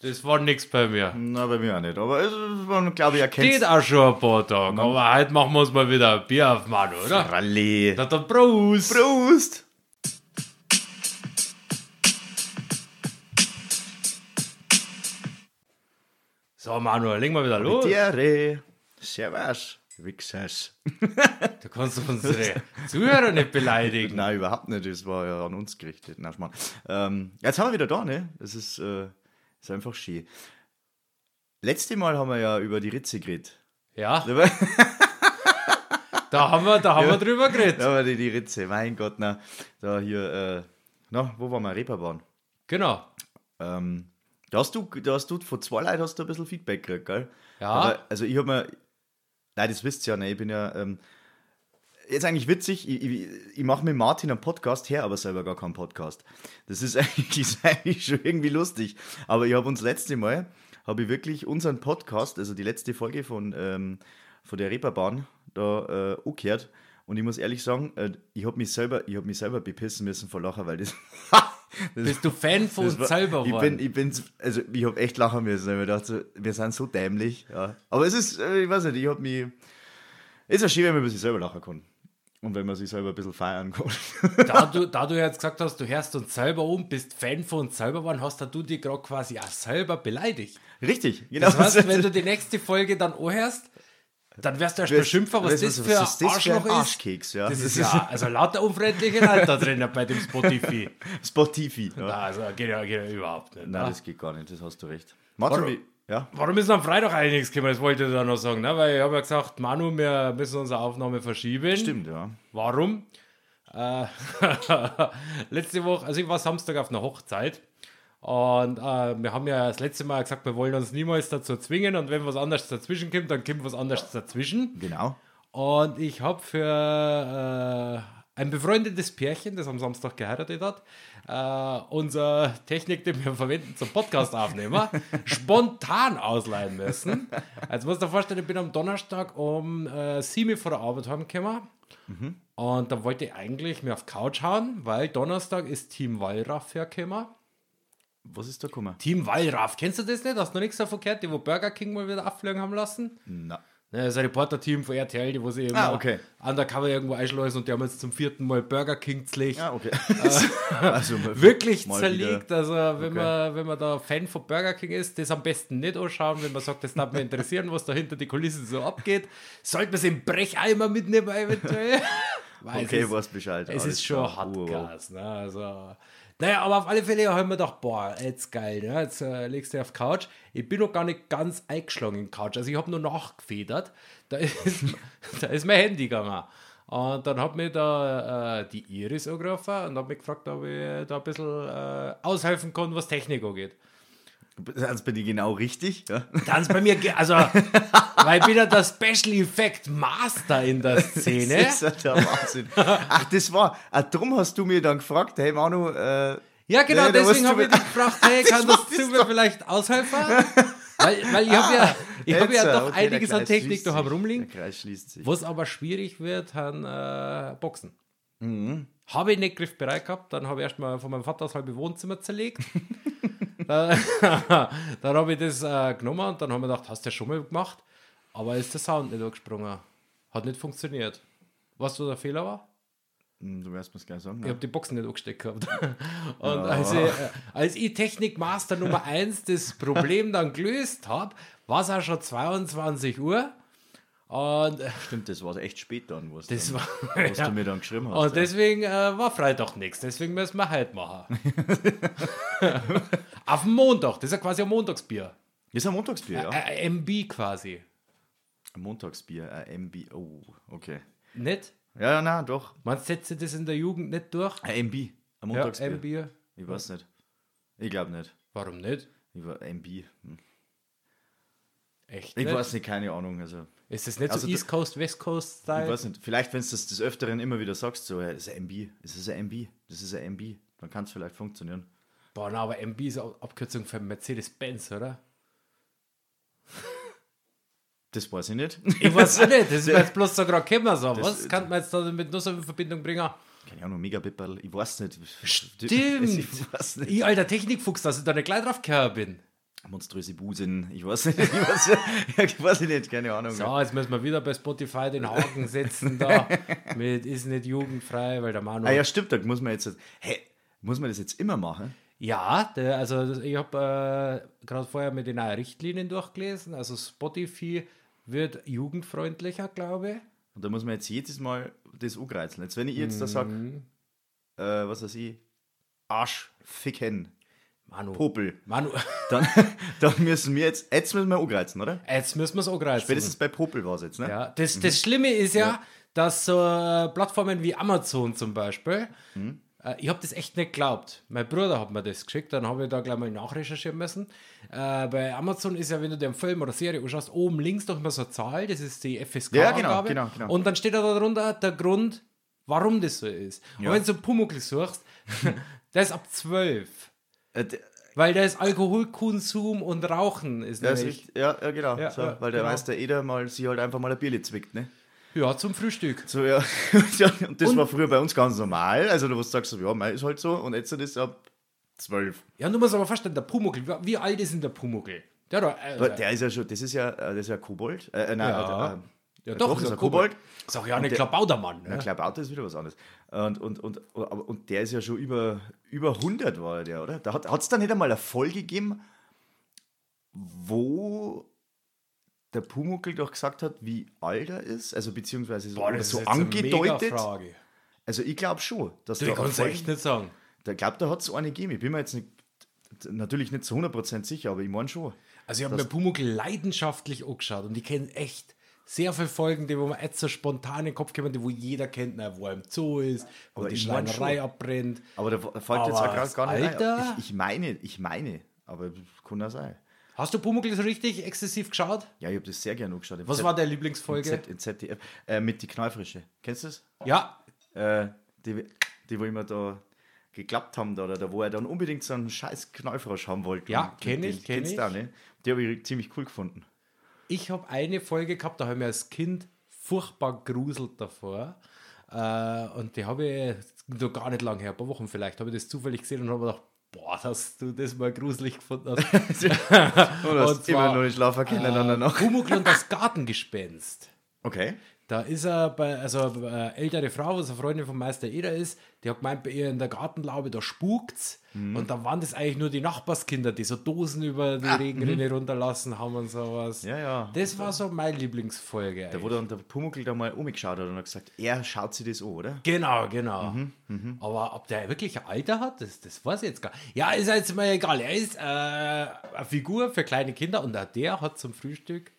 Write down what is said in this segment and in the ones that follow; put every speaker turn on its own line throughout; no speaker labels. das war nichts bei mir.
Na, bei mir auch nicht. Aber es, man, glaube ich,
Geht
erkennt
auch schon ein paar Tage, aber heute machen wir uns mal wieder ein Bier auf, Mann, oder?
Rallye.
Na dann Prost!
Prost!
So, Manuel, legen wir wieder los.
Tiere. Servus. Wichsers.
Du kannst unsere Zuhörer nicht beleidigen.
Nein, überhaupt nicht. Das war ja an uns gerichtet. Na, Schmarrn. Ähm, ja, jetzt haben wir wieder da, ne? Das ist, äh, ist einfach schön. Letzte Mal haben wir ja über die Ritze geredet.
Ja,
Da war-
da haben wir, da haben
Ja.
wir drüber geredet.
da war die, die Ritze. Mein Gott, na. Da hier, äh, na, wo waren wir? Reeperbahn.
Genau.
Ähm, da hast du, da hast du von zwei Leuten hast du ein bisschen Feedback gekriegt, gell?
Ja.
Aber, also ich habe mir, nein, das wisst ihr ja, ne? Ich bin ja, ähm, jetzt eigentlich witzig, ich, ich, ich mache mit Martin einen Podcast her, aber selber gar keinen Podcast. Das ist eigentlich, ist eigentlich schon irgendwie lustig. Aber ich habe uns letzte Mal, habe ich wirklich unseren Podcast, also die letzte Folge von, ähm, von der Reeperbahn, da äh, angehört. Und ich muss ehrlich sagen, äh, ich habe mich selber, ich habe mich selber bepissen müssen vor Lachen, weil das, das
Bist du Fan von
das
uns
war-
selber
ich
geworden?
bin, ich bin, also ich habe echt lachen müssen. weil Ich dachte, so, wir sind so dämlich. Ja. Aber es ist, äh, ich weiß nicht, ich habe mich. Ist ja schön, wenn man über sich selber lachen kann. Und wenn man sich selber ein bisschen feiern kann.
Da du, da du jetzt gesagt hast, du hörst uns selber um, bist Fan von uns selber geworden, hast da du dich gerade quasi auch selber beleidigt.
Richtig, genau.
Das heißt, wenn du die nächste Folge dann anhörst, dann wirst du erst
Wirst-
beschimpfen, was
weißt du,
das
was-
für ein
was ist das für ein
Arschloch ist.
Arschkeks, ja.
Das ist ja, also lauter unfreundliche Leute da drin bei dem Spotify.
Spotify. Ja.
Na, Also geht ja, geht ja überhaupt nicht.
Nein,
ne?
das geht gar nicht, das hast du recht. Martin,
Warum?
wie, ja.
Warum ist denn am Freitag eigentlich nichts gekommen? Das wollte ich da noch sagen, ne? weil ich habe ja gesagt, Manu, wir müssen unsere Aufnahme verschieben.
Stimmt, ja.
Warum? Äh, letzte Woche, also ich war Samstag auf einer Hochzeit und äh, wir haben ja das letzte Mal gesagt, wir wollen uns niemals dazu zwingen und wenn was anderes dazwischen kommt, dann kommt was anderes dazwischen.
Genau.
Und ich habe für äh, ein befreundetes Pärchen, das am Samstag geheiratet hat, äh, unsere Technik, die wir verwenden zum Podcast aufnehmen, spontan ausleihen müssen. Jetzt musst du dir vorstellen, ich bin am Donnerstag um äh, 7 Uhr vor der Arbeit heimgekommen. Und dann wollte ich eigentlich mir auf die Couch hauen, weil Donnerstag ist Team Wallraff hergekommen.
Was ist da gekommen?
Team Wallraff, kennst du das nicht? Hast du noch nichts davon gehört? Die, wo Burger King mal wieder abfliegen haben lassen?
Na.
Ne, Das ist ein Reporter-Team von RTL, die wo sie eben
Ah, okay.
undercover irgendwo einschleusen und die haben jetzt zum vierten Mal Burger King zerlegt.
Ja, okay. also, mal-
Wirklich
mal
zerlegt.
wieder.
Also, wenn,
Okay.
man, wenn man da Fan von Burger King ist, das am besten nicht anschauen. Wenn man sagt, das darf mich interessieren, was da hinter die Kulissen so abgeht, sollte man es im Brecheimer mitnehmen, eventuell. Weil es
Okay,
ist-
was Bescheid.
es
alles
ist schon
klar. Wow.
Hardgas, ne? Also. Naja, aber auf alle Fälle haben wir gedacht, boah, jetzt geil, ne? Jetzt äh, legst du dich auf die Couch. Ich bin noch gar nicht ganz eingeschlagen in die Couch. Also ich habe nur nachgefedert. Da ist, da ist mein Handy gegangen. Und dann hat mir da äh, die Iris angerufen und hat mich gefragt, ob ich da ein bisschen äh, aushelfen kann, was Technik angeht.
Sonst bin ich genau richtig. Ja.
Dann ist bei mir, ge- also, weil ich bin ja der Special Effect Master in der Szene.
Das ist ja der Wahnsinn. Ach, das war. Ah, drum hast du mir dann gefragt, hey Manu, äh,
Ja, genau,
Nee, da musst
deswegen
du
habe ich
mit-
dich gefragt, hey, kann das
macht
du
es
mir vielleicht aushelfen? weil, weil ich habe ja, ich hab ja
jetzt,
doch
Ah, okay, der
einiges an
Kreis
Technik
schließt
da
sich.
rumliegen.
Der Kreis schließt sich.
Was aber schwierig wird, haben äh, Boxen.
Mhm.
Habe ich nicht griffbereit gehabt, dann habe ich erstmal von meinem Vater das halbe Wohnzimmer zerlegt. dann dann habe ich das äh, genommen und dann haben wir gedacht, hast du ja schon mal gemacht, aber ist der Sound nicht angesprungen. Hat nicht funktioniert. Weißt du, was der Fehler war?
Hm, Du wirst mir es gleich sagen.
Ich
Ne?
habe die Boxen nicht angesteckt gehabt. Und als ich, äh, als ich Technikmaster Nummer 1 das Problem dann gelöst habe, war es auch schon 22 Uhr. Und äh,
Stimmt, das war echt spät dann, was,
das
dann,
war.
was du mir dann geschrieben hast.
Und deswegen äh, war Freitag nichts. Deswegen müssen wir heute machen. Auf den Montag. Das ist ja quasi ein Montagsbier.
ist ein Montagsbier, ja?
Äh, MB quasi.
Ein Montagsbier, ein MB. Oh, okay.
Nicht?
Ja, ja, nein, doch.
Man setzt sich das in der Jugend nicht durch.
Ein MB. Ein
Ja,
Montagsbier.
MB.
Ich weiß nicht. Ich glaube nicht.
Warum nicht?
Ich war MB. Hm.
Echt?
Ich
Nicht?
weiß nicht, keine Ahnung. Also,
Ist das nicht
Also
so
du-
East Coast, West Coast Style?
ich weiß nicht. Vielleicht, wenn du das des Öfteren immer wieder sagst, so, ja, das ist ein MB. Es ist ein MB. Das ist ein MB. Dann kann es vielleicht funktionieren.
Boah, na, aber MB ist auch Abkürzung für Mercedes-Benz, oder?
Das weiß ich nicht.
Ich weiß auch nicht, das ist mir jetzt bloß so gerade gekommen, so.
Das-
Was kann man jetzt da mit Nuss in Verbindung bringen?
Keine Ahnung, Megabitball, ich weiß nicht.
Stimmt!
Ich weiß nicht.
Ich, alter Technikfuchs, dass ich da nicht gleich drauf gekommen bin.
Monströse Busen, ich weiß nicht, ich weiß, ich weiß nicht, keine Ahnung.
So, jetzt müssen wir wieder bei Spotify den Haken setzen da mit ist nicht jugendfrei, weil der Manu.
Ah ja, stimmt, da muss man jetzt, hä, muss man das jetzt immer machen?
Ja, der, also das- ich habe äh, gerade vorher mir die neuen Richtlinien durchgelesen. Also Spotify wird jugendfreundlicher, glaube ich.
Und da muss man jetzt jedes Mal das ankreuzeln. Jetzt, wenn ich jetzt da
Mhm.
sage, äh, was weiß ich, Arsch, Ficken,
Manu.
Popel,
Manu.
dann, dann müssen wir jetzt, jetzt müssen wir ankreuzeln, oder?
Jetzt müssen wir es angreifen.
Spätestens bei Popel war es jetzt, ne?
Ja, das, das Schlimme ist ja, dass so äh, Plattformen wie Amazon zum Beispiel,
Mhm.
äh, ich habe das echt nicht geglaubt. Mein Bruder hat mir das geschickt, dann habe ich da gleich mal nachrecherchieren müssen. Äh, bei Amazon ist ja, wenn du dir einen Film oder Serie anschaust, oben links doch immer so eine Zahl, das ist die
Ja, genau,
FSK-Angabe.
genau, genau.
Und dann steht da darunter der Grund, warum das so ist. Und wenn du so Pumuckl suchst, der ist ab 12.
Äh, d-
Weil da ist Alkoholkonsum und Rauchen ist
Das
nämlich,
ist, ja, ja, genau.
Ja,
so,
ja,
weil der
genau.
weiß, der Eder mal sie halt einfach mal ein Bierli zwickt, ne?
ja, zum Frühstück.
So, ja. Und das war früher bei uns ganz normal. Also, du sagst so, ja, mei, ist halt so. Und jetzt ist es ab zwölf.
Ja, du musst aber verstehen, der Pumuckl, wie- wie alt ist denn der Pumuckl? Der, hat doch- äh,
Aber der ist ja schon, das ist ja, äh, das ist ja Kobold. Äh, äh, nein,
Ja.
äh, äh,
ja,
doch,
doch,
ist
ist
er
ein Kobold.
Kobold.
Ist auch ja ein
der-
Klabautermann.
na
Ne?
klar, Bauter ist wieder was anderes. Und, und, und, aber- und der ist ja schon über, über 100 war der, oder? Da hat es da nicht einmal eine Folge gegeben, wo der Pumuckl doch gesagt hat, wie alt er ist, also beziehungsweise so,
das ist
so
jetzt eine
angedeutet.
Megafrage.
Also ich glaube schon, dass
Du
da eine
kannst
Folge-
echt ne? nicht sagen.
Da glaubt, da hat es eine gegeben. Ich bin mir jetzt nicht, natürlich nicht zu 100% sicher, aber ich meine schon.
Also ich habe mir Pumuckl leidenschaftlich angeschaut und ich kenne echt sehr viele Folgen, die wo man jetzt so spontan in den Kopf kommen, die wo jeder kennt, na, wo er im Zoo ist, wo
Aber
die
ich mein
Schleimerei
schon.
abbrennt.
Aber da fällt jetzt
Aber
auch grad
das
gar nicht
Alter?
ein. Ich, ich meine, ich meine, aber kann auch sein.
Hast du Pumuckl so richtig exzessiv geschaut?
Ja, ich habe das sehr gerne angeschaut. Im
Was
Z-
war deine
im
Lieblingsfolge?
Z, im ZDF. Äh, mit die Knallfrische. Kennst du das?
Ja,
Äh, die, die, wo immer da geklappt haben, da, oder da, wo er dann unbedingt so einen scheiß Knallfrosch haben wollte.
Ja,
Und
kenn
den-
ich,
den
kenn
kennst
ich.
du auch, ne? Die habe ich ziemlich cool gefunden.
Ich habe eine Folge gehabt, da habe ich mir als Kind furchtbar gruselt davor. Äh, und die habe ich noch gar nicht lange her, ein paar Wochen vielleicht, habe ich das zufällig gesehen und habe gedacht, boah, dass du das mal gruselig gefunden hast.
Und du
zwar,
hast
Ah.
immer noch nicht schlafen können dann danach.
Pumuckl und das Gartengespenst.
Okay.
Da ist er bei, also eine ältere Frau, was eine Freundin von Meister Eder ist, die hat gemeint, bei ihr in der Gartenlaube, da spukt's.
Mhm.
Und da waren das eigentlich nur die Nachbarskinder, die so Dosen über die Regenrinne runterlassen haben und sowas.
Ah, mhm. Ja, ja.
Das war so meine Lieblingsfolge.
Da
eigentlich.
wurde dann der Pumuckl da mal umgeschaut hat und hat gesagt, er schaut sich das an, oder?
Genau, genau.
Mhm,
Aber ob der wirklich ein Alter hat, das, das weiß ich jetzt gar nicht. Ja, ist ja jetzt mal egal. Er ist äh, eine Figur für kleine Kinder und auch der hat zum Frühstück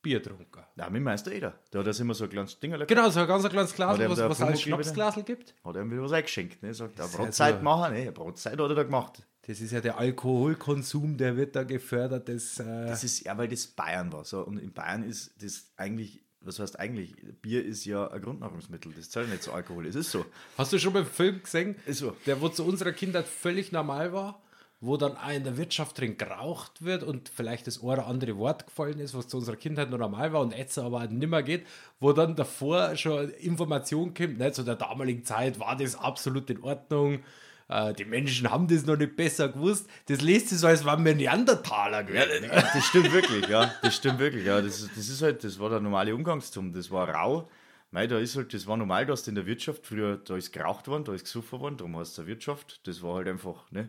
Bier getrunken.
Na, mit Meister Eder. Da hat er immer so ein kleines Ding erlebt.
Genau, so ein ganz ein kleines Glas,
Hat ihm
was,
der
was es als
Pumuckl wieder-
Schnapsglasel gibt.
Hat er ihm wieder was eingeschenkt. Ne? Sagt, er
ist
Brotzeit
also-
machen. Ne? Brotzeit hat er da gemacht.
Das ist ja der Alkoholkonsum, der wird da gefördert. Das, äh,
Das ist ja, weil das Bayern war. So. Und in Bayern ist das eigentlich, was heißt eigentlich, Bier ist ja ein Grundnahrungsmittel. Das zählt nicht zu Alkohol. Es ist so.
Hast du schon mal einen Film gesehen,
Ist so.
der wo zu unserer Kindheit völlig normal war? Wo dann auch in der Wirtschaft drin geraucht wird und vielleicht das ein oder andere Wort gefallen ist, was zu unserer Kindheit noch normal war und jetzt aber nimmer geht, wo dann davor schon Information kommt, ne, zu der damaligen Zeit war das absolut in Ordnung, äh, die Menschen haben das noch nicht besser gewusst, das lest du so, als waren wir Neandertaler gewesen. ne?
Das stimmt wirklich, ja. Das stimmt wirklich, ja. Das, ist- das ist halt, das war der normale Umgangstum. Das war rau. Mei, da ist halt, das war normal, dass in der Wirtschaft früher, da ist geraucht worden, da ist gesoffen worden, darum heißt es eine Wirtschaft. Das war halt einfach, ne?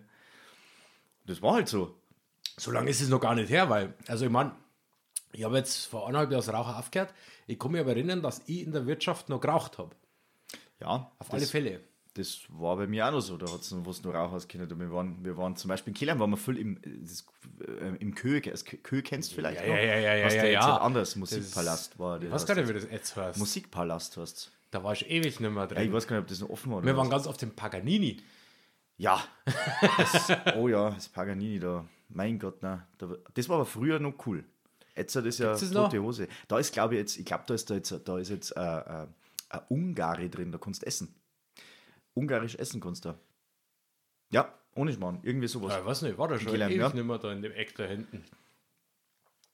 Das war halt so.
So lange ist es noch gar nicht her, weil, also ich meine, ich habe jetzt vor anderthalb Jahren als Raucher aufgehört. Ich kann mich aber erinnern, dass ich in der Wirtschaft noch geraucht habe.
Ja,
Auf alle Fälle.
Das war bei mir auch noch so, da hat es noch was nur Rauchhauskinder. Wir waren, wir waren zum Beispiel in Kehlheim, waren wir viel im, das, äh, im Köhe, das Köhe kennst du vielleicht
Ja,
noch?
ja, ja, ja,
Was
ja,
der jetzt
ja.
halt anders
Das-
Musikpalast war.
Ich
der
weiß
heißt
gar nicht,
jetzt-
wie das jetzt heißt.
Musikpalast hast
da war ich ewig nicht mehr
ja, Ich
drin.
weiß gar nicht, ob das noch offen war. oder
Wir waren
was.
ganz auf dem Paganini.
ja. das, oh ja, das Paganini da. Mein Gott, nein. Da, das war aber früher noch cool. Jetzt hat das ja
Gibt's das noch?
tote Hose. Da ist, glaube ich, jetzt, ich glaube, da ist da jetzt, da ist jetzt äh, äh, ein Ungari drin, da kannst du essen. Ungarisch essen kannst du da. Ja, ohne Schmarrn, irgendwie sowas.
Ja, ich weiß nicht, war da schon
Gelernt,
ewig
ja.
nicht mehr da in dem Eck da hinten.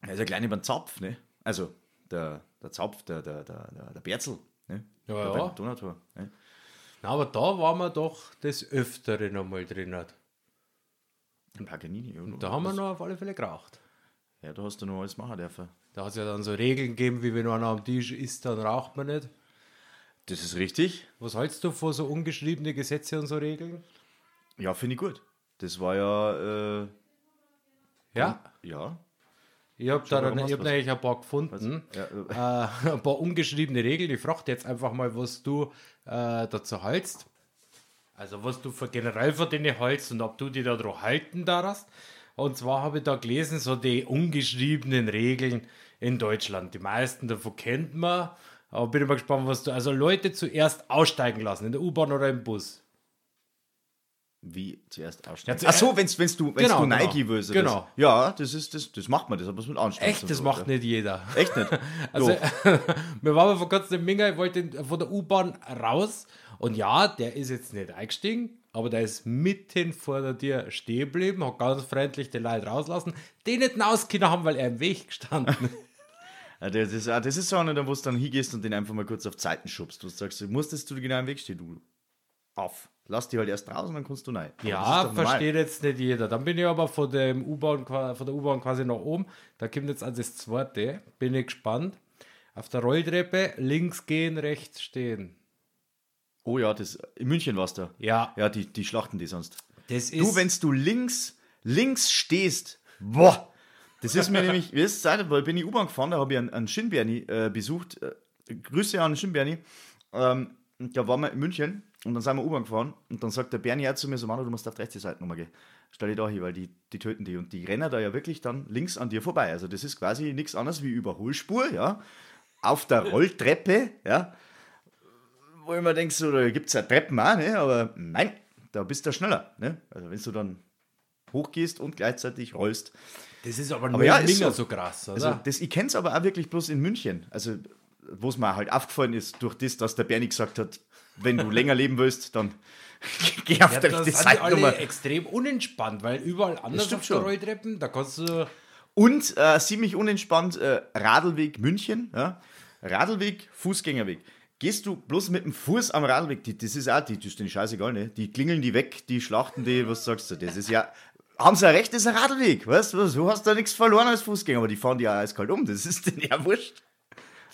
Er ist ja klein über den Zapf, ne? Also, der, der Zapf, der, der, der, der der Berzel, ne?
Ja,
Der
ja.
beim Donator, ne?
Na, aber da waren wir doch des Öfteren einmal drin.
Ein Paganini, oder?
Da haben wir noch auf alle Fälle geraucht.
Ja, da hast du noch alles machen dürfen.
Da hat es ja dann so Regeln gegeben, wie wenn einer am Tisch isst, dann raucht man nicht.
Das ist richtig.
Was hältst du vor so ungeschriebene Gesetze und so Regeln?
Ja, finde ich gut. Das war ja, äh,
Ja,
ja.
ich habe da
warum
dann,
hast
ich
du
hab
was?
nämlich ein paar gefunden.
ja äh,
Äh, ein paar ungeschriebene Regeln. Ich frage jetzt einfach mal, was du äh, dazu hältst. Also was du für, generell von denen hältst und ob du die da dran halten darfst. Und zwar habe ich da gelesen, so die ungeschriebenen Regeln in Deutschland. Die meisten davon kennt man. Aber bin ich mal gespannt, was du. Also Leute zuerst aussteigen lassen, in der U-Bahn oder im Bus.
Wie zuerst anstellen?
Ja,
Ach so, wenn's, wenn's du, wenn's
Genau,
du
genau.
Nike willst. oder
Genau.
Das, ja, das, ist, das, das macht man, das hat man mit anstellen.
Echt, das macht nicht jeder.
Echt nicht?
Also,
Doch.
wir waren mal vor kurzem in Minga, ich wollte in- von der U-Bahn raus und ja, der ist jetzt nicht eingestiegen, aber der ist mitten vor der Tür stehen geblieben, hat ganz freundlich den Leid rauslassen, den nicht rausgekommen haben, weil er im Weg gestanden ist.
Ja, das, ist, ah, das ist so einer, wo du dann hingehst und den einfach mal kurz auf Zeiten schubst. Du sagst, du musst jetzt zu genau im Weg stehen, du. Auf. Lass die halt erst draußen, dann kommst du rein. Aber das
Ja,
ist doch normal.
versteht jetzt nicht jeder. Dann bin ich aber von, dem U-Bahn, qua- von der U-Bahn quasi nach oben. Da kommt jetzt an das zweite. Bin ich gespannt. Auf der Rolltreppe links gehen, rechts stehen.
Oh ja, das, in München warst du.
Ja,
Ja, die, die schlachten die sonst.
das ist.
Du, wenn's du links, links stehst, boah, das ist mir nämlich, wie ist es weil bin ich U-Bahn gefahren, da habe ich einen, einen Shinberni äh, besucht. Äh, Grüße an den Shinberni. Ähm, und da waren wir in München und dann sind wir U-Bahn gefahren und dann sagt der Bernie auch zu mir so, Manu, du musst auf die rechte Seite nochmal gehen. Stell dich da hin, weil die, die töten die und die rennen da ja wirklich dann links an dir vorbei. Also das ist quasi nichts anderes wie Überholspur, ja, auf der Rolltreppe, ja wo ich mir denke, so, da gibt es ja Treppen auch, ne? aber nein, da bist du schneller. Ne? Also wenn du dann hochgehst und gleichzeitig rollst.
Das ist aber, nur
Aber ja,
in
ist
Minger so.
so.
krass, oder?
Also das, ich kenne es aber auch wirklich bloß in München. Also wo es mir halt aufgefallen ist, durch das, dass der Bernie gesagt hat, wenn du länger leben willst, dann geh auf
ja,
der
da
rechten
sind die
Seite
alle
nochmal.
extrem unentspannt, weil überall anders
stimmt
auf der
schon.
Rolltreppen, da kannst du...
Und äh, ziemlich unentspannt, äh, Radlweg München. Ja? Radlweg, Fußgängerweg. Gehst du bloß mit dem Fuß am Radlweg, die, das ist auch, die, das ist denen scheißegal, ne? Die klingeln die weg, die schlachten die, was sagst du, das ist ja, haben sie ja recht, das ist ein Radlweg, weißt du, du hast da nichts verloren als Fußgänger, aber die fahren die ja eiskalt um, das ist denen ja wurscht.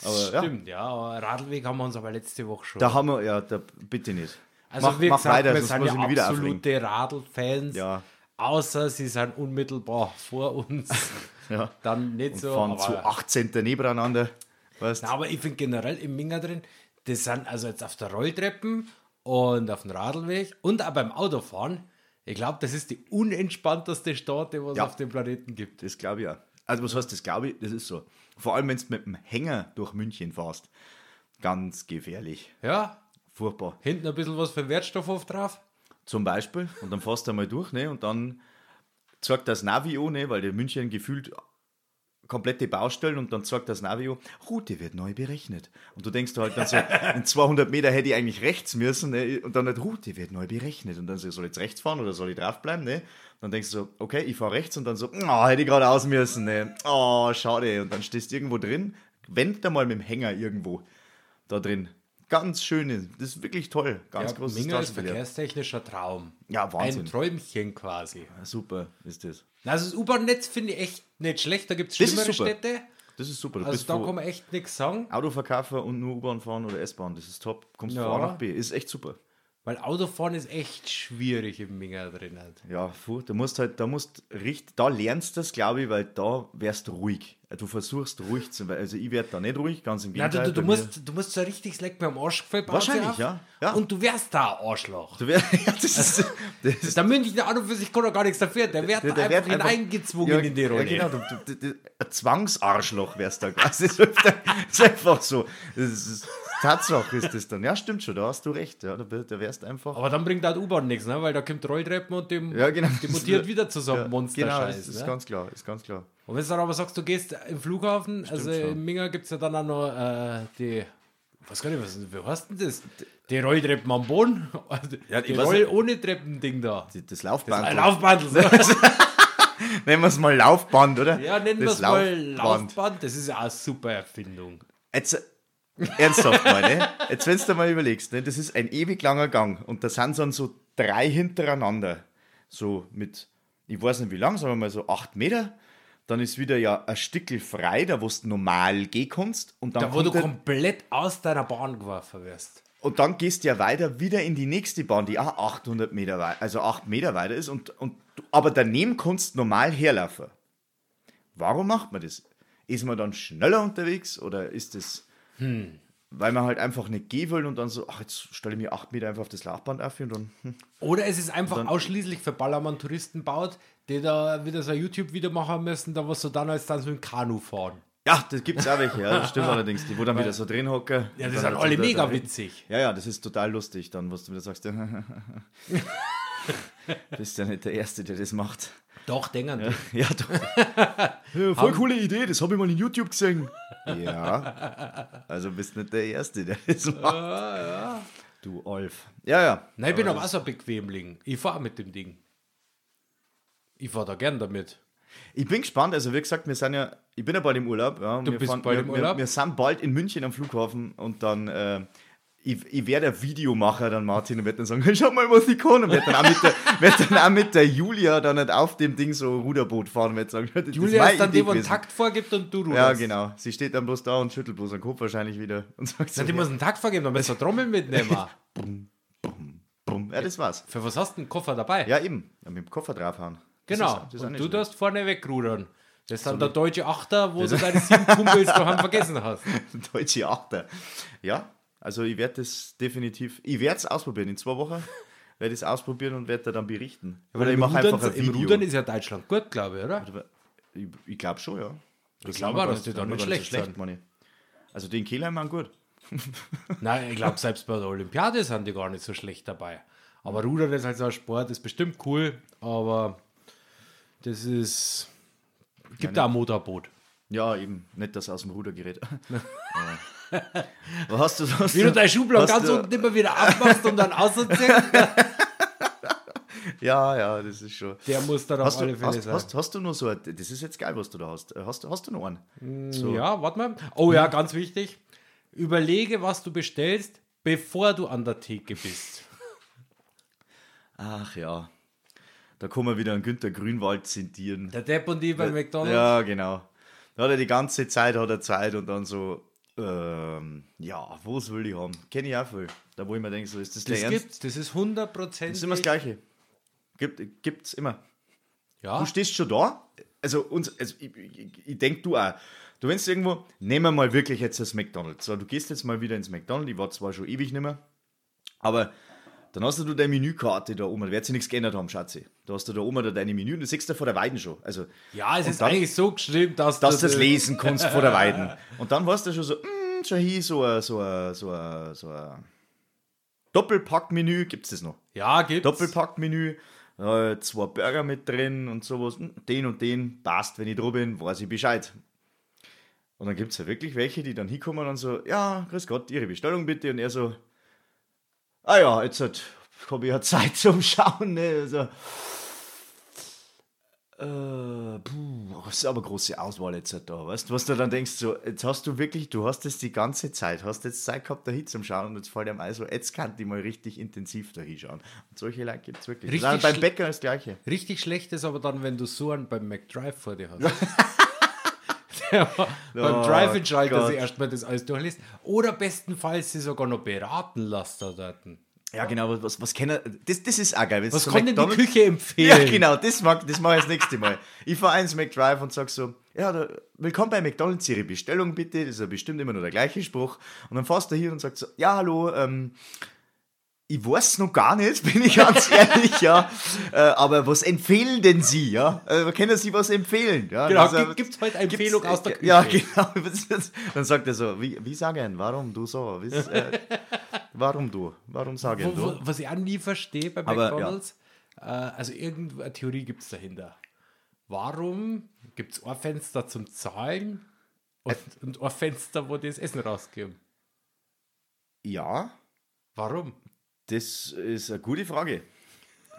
Aber ja,
Stimmt, ja, aber Radlweg haben wir uns aber letzte Woche schon.
da haben wir, ja, da, bitte nicht.
also
mach,
wie
mach
gesagt,
weiter,
wir
sonst
sind
muss
ja
ich mich wieder aufregen.
absolute Radl-Fans,
Ja.
außer sie sind unmittelbar vor uns.
Ja.
Dann nicht
Und
so.
fahren
aber,
zu 18 nebeneinander, weißt du.
Na, aber ich finde generell im Minger drin, das sind also jetzt auf der Rolltreppen und auf dem Radlweg und auch beim Autofahren. Ich glaube, das ist die unentspannteste Stadt, die es
Ja.
auf dem Planeten gibt.
Das glaube ich auch. Also, was heißt das, glaube ich? Das ist so. Vor allem, wenn du mit dem Hänger durch München fährst. Ganz gefährlich.
Ja,
Furchtbar.
hinten ein bisschen was für Wertstoff oft drauf.
Zum Beispiel, und dann fährst du einmal durch, ne? Und dann zeigt das Navi an, ne? Weil der München gefühlt komplette Baustellen und dann zeigt das Navi an, Route wird neu berechnet. Und du denkst halt dann so, in 200 Meter hätte ich eigentlich rechts müssen, ne? Und dann halt, Route wird neu berechnet. Und dann so, soll ich jetzt rechts fahren oder soll ich draufbleiben, ne? Und dann denkst du so, okay, ich fahre rechts und dann so, oh, hätte ich geradeaus müssen, ne? Oh, schade. Und dann stehst du irgendwo drin, wend da mal mit dem Hänger irgendwo da drin. Ganz schön, das ist wirklich toll. Ganz
Ja,
großes
Minger ist
Straßenverkehr.
verkehrstechnischer Traum.
Ja, Wahnsinn.
Ein Träumchen quasi.
Ah, Super ist das.
Na, Also das U-Bahn-Netz finde ich echt nicht schlecht. Da gibt es
Das ist
schlimmere
super.
Städte.
Das ist super. Du
Also
bist
da
wo
kann man echt nichts sagen.
Autoverkäufer und nur U-Bahn fahren oder S-Bahn. Das ist top. Kommst
Ja.
von A nach B. Ist echt super.
Weil Autofahren ist echt schwierig im Minger drin. Halt.
Ja, puh, da musst halt, da musst richtig, da lernst du das, glaube ich, weil da wärst du ruhig. Äh, Du versuchst ruhig zu werden. Also ich werde da nicht ruhig, ganz im
Na, du,
Gegenteil.
du, du,
bei mir-
musst, du musst so richtig Leck mir am Arsch gefällt.
Wahrscheinlich, ja. Ja.
Und du wärst da ein Arschloch.
Du wär, ja, das ist, das ist
Der Münchner an und für sich kann doch gar nichts dafür. Der wird
der-
einfach
der wird
einfach
einfach-
hineingezwungen in die Rolle.
Ja, genau, du, du, du, ein Zwangsarschloch wärst du da quasi. Das ist ist einfach so. Das ist, Tatsache ist das dann. Ja, stimmt schon, da hast du recht. Ja, da, da wärst einfach.
Aber dann bringt auch die U-Bahn nichts, ne? weil da kommt Rolltreppen und dem,
Ja, genau.
die mutiert wieder zusammen
Genau,
Monster-Scheiß.
das ist
ne?
ganz klar, ist ganz klar.
Und wenn du dann aber sagst, du gehst im Flughafen, also
schon.
in Minga gibt es ja dann auch noch äh, die, was kann ich, was, wie heißt denn das? Die Rolltreppen am Boden, Also,
Ja,
die
ich weiß
Roll
nicht.
ohne Treppending da.
Die- Das
Ein
Laufband.
Laufband, so.
nennen wir es mal Laufband, oder?
ja, nennen wir
Das
es mal Laufband. Das ist ja auch eine super Erfindung.
Jetzt, äh, ernsthaft mal, ne? Jetzt, wenn du dir mal überlegst, ne? das ist ein ewig langer Gang und da sind dann so drei hintereinander. So mit ich weiß nicht wie lang, sagen wir mal so acht Meter. Dann ist wieder ja ein Stickel frei, da wo du normal gehen kannst. Und dann
Da, wo
kommt
du
der-
komplett aus deiner Bahn geworfen wirst.
und dann gehst du ja weiter wieder in die nächste Bahn, die auch 800 Meter weit, also 8 Meter weiter ist. Und, und, aber daneben kannst du normal herlaufen. Warum macht man das? Ist man dann schneller unterwegs oder ist das,
Hm.
weil man halt einfach nicht gehen will und dann so, ach, jetzt stelle ich mir 8 Meter einfach auf das Laufband auf und dann, hm.
Oder es ist einfach ausschließlich für Ballermann-Touristen baut, die da wieder so ein YouTube-Video machen müssen, da was so dann als dann so im Kanu fahren.
ja, das gibt es auch welche, ja, das stimmt allerdings, die wo dann wieder so drin hocken.
Ja,
und
die sind
dann halt so
alle
da-
mega
da-
witzig.
Ja, ja, das ist total lustig dann, was du wieder sagst. Bist ja nicht der Erste, der das macht.
Doch, denken die.
Ja, doch. ja, voll coole Idee, das habe ich mal in YouTube gesehen. Ja, also bist nicht der Erste, der das macht. Du Olf. Ja, ja.
Nein, ich bin aber auch so ein Bequemling. Ich fahre mit dem Ding. Ich fahre da gern damit.
Ich bin gespannt, also wie gesagt, wir sind ja, ich bin ja bald im Urlaub. Ja, du wir
bist bald
wir,
im Urlaub?
Wir, wir sind bald in München am Flughafen und dann, äh, ich, ich werde der Videomacher dann Martin und werde dann sagen, schau mal, was ich kann. Und werde dann, auch mit der- werd dann auch mit der Julia dann nicht auf dem Ding so Ruderboot fahren und werde sagen, das
Julia
meine
ist dann
Idee
die, die einen
gewesen.
Takt vorgibt und du
Ja,
ruderst.
genau. Sie steht dann bloß da und schüttelt bloß den Kopf wahrscheinlich wieder und sagt so,
Nein, die muss einen Takt vorgeben, dann müssen wir Trommeln mitnehmen.
bumm. Ja, das war's.
Für was hast du einen Koffer dabei?
Ja, eben. Ja, mit dem Koffer draufhauen. Das
genau.
ist- das ist auch
und
nicht
du
schlecht.
darfst vorne wegrudern. Das sind der deutsche Achter, wo du deine sieben Kumpels daheim vergessen hast.
Deutsche Achter. Ja, also ich werde das definitiv, ich werde es ausprobieren in zwei Wochen. Werde es ausprobieren und werde dann berichten. Oder ich
Im
mache
Rudern-
einfach ein
Im
Video.
Rudern ist ja Deutschland gut, glaube ich, oder?
ich ich glaube schon, ja. Das
glaub
war
auch,
gar
dass die da
war
nicht
gar
schlecht sind.
meine ich. Also den Kehlheim waren gut.
Nein, ich glaube, selbst bei der Olympiade sind die gar nicht so schlecht dabei. Aber Rudern ist halt so ein Sport, ist bestimmt cool, aber das ist. Gibt da ein Motorboot.
Ja, eben. Nicht, dass er aus dem Ruder gerät. Aber- Was hast du sonst?
Wie du deine Schublade
hast
ganz
du-
unten immer wieder aufmachst und dann ausziehst,
Ja, ja, das ist schon.
der muss dann auf
Hast
alle
du,
Fälle
hast,
sein.
hast, hast du nur so ein, das ist jetzt geil, was du da hast. Äh, Hast, du- hast du noch einen? So,
Ja, warte mal. Oh ja, ganz wichtig. Überlege, was du bestellst, bevor du an der Theke bist.
Ach ja. Da kann man wieder an Günther Grünwald zitieren.
Der Depp und ich bei McDonalds.
Ja, genau. Da hat er die ganze Zeit, hat er Zeit und dann so, ähm, ja, was will ich haben? Kenne ich auch viel. Da wo ich mir denke, so, ist das, der
Das
Ernst?
gibt's, das ist 100%.
Das ist immer das Gleiche. Gibt, gibt's immer.
Ja,
Du stehst schon da. Also, uns, also ich, ich, ich denke, du auch. Du wennst irgendwo, nehmen wir mal wirklich jetzt das McDonalds. So, du gehst jetzt mal wieder ins McDonalds. Ich war zwar schon ewig nicht mehr, aber dann hast du deine Menükarte da oben. Da wird sich nichts geändert haben, Schatzi. Da hast du da oben da deine Menü und du siehst da vor der Weiden schon. Also,
ja es
Und
ist
dann-
eigentlich so äh, geschrieben, dass,
dass du das lesen kannst vor der Weiden. Und dann warst du schon so, mm, schon hier so ein so ein- so ein- so ein Doppelpack-Menü gibt es das noch.
Ja, gibt's.
Doppelpack-Menü, äh, zwei Burger mit drin und sowas. Hm, Den und den, passt, wenn ich drüber bin, weiß ich Bescheid. Und dann gibt es ja wirklich welche, die dann hinkommen und so, ja, grüß Gott, Ihre Bestellung bitte. Und er so, ah ja, jetzt hat, habe ich ja Zeit zum Schauen. Ne? Also, äh, puh, das ist aber große Auswahl jetzt halt da, weißt du, was du dann denkst, so, jetzt hast du wirklich, du hast es die ganze Zeit, hast jetzt Zeit gehabt, da hinzuschauen und jetzt fällt einem ein, so, jetzt kann die mal richtig intensiv da hinschauen. Und solche Leute gibt es wirklich.
Richtig
Das ist auch beim
schl-
Bäcker das Gleiche.
Richtig schlecht ist aber dann, wenn du so einen beim McDrive vor dir hast. Der beim
Oh
Drive-In-Schalter
Gott.
sich erstmal das alles durchliest. Oder bestenfalls sie sogar noch beraten lässt da dort.
Ja, genau, was- was, was kann er, das, das ist auch geil. wenn's
Was
zu
kann denn die
McDonald's-
Küche
Ja,
empfehlen?
genau, das mache das mach ich das nächste Mal. Ich fahre eins McDrive und sag so, ja, da, willkommen bei McDonalds, Ihre Bestellung bitte. Das ist ja bestimmt immer nur der gleiche Spruch. Und dann fährst du hier und sagst so, ja, hallo, ähm, ich weiß noch gar nicht, bin ich ganz ehrlich, ja. Äh, aber was empfehlen denn Sie, ja? Äh, können Sie was empfehlen? Ja,
Genau,
Das ist ja-
gibt- gibt's heute eine Empfehlung aus der Küche?
Ja, genau. Dann sagt er so, wie, wie sagen, warum du so? Wie, äh, warum du? Warum sagen
Wo, wo,
du?
was ich auch nie verstehe bei
genau. Aber, ja.
McDonalds, äh, also irgendeine Theorie gibt es dahinter. Warum gibt es ein Fenster zum Zahlen und, und ein Fenster, wo die das Essen rausgeben?
Ja,
Warum?
Das ist eine gute Frage.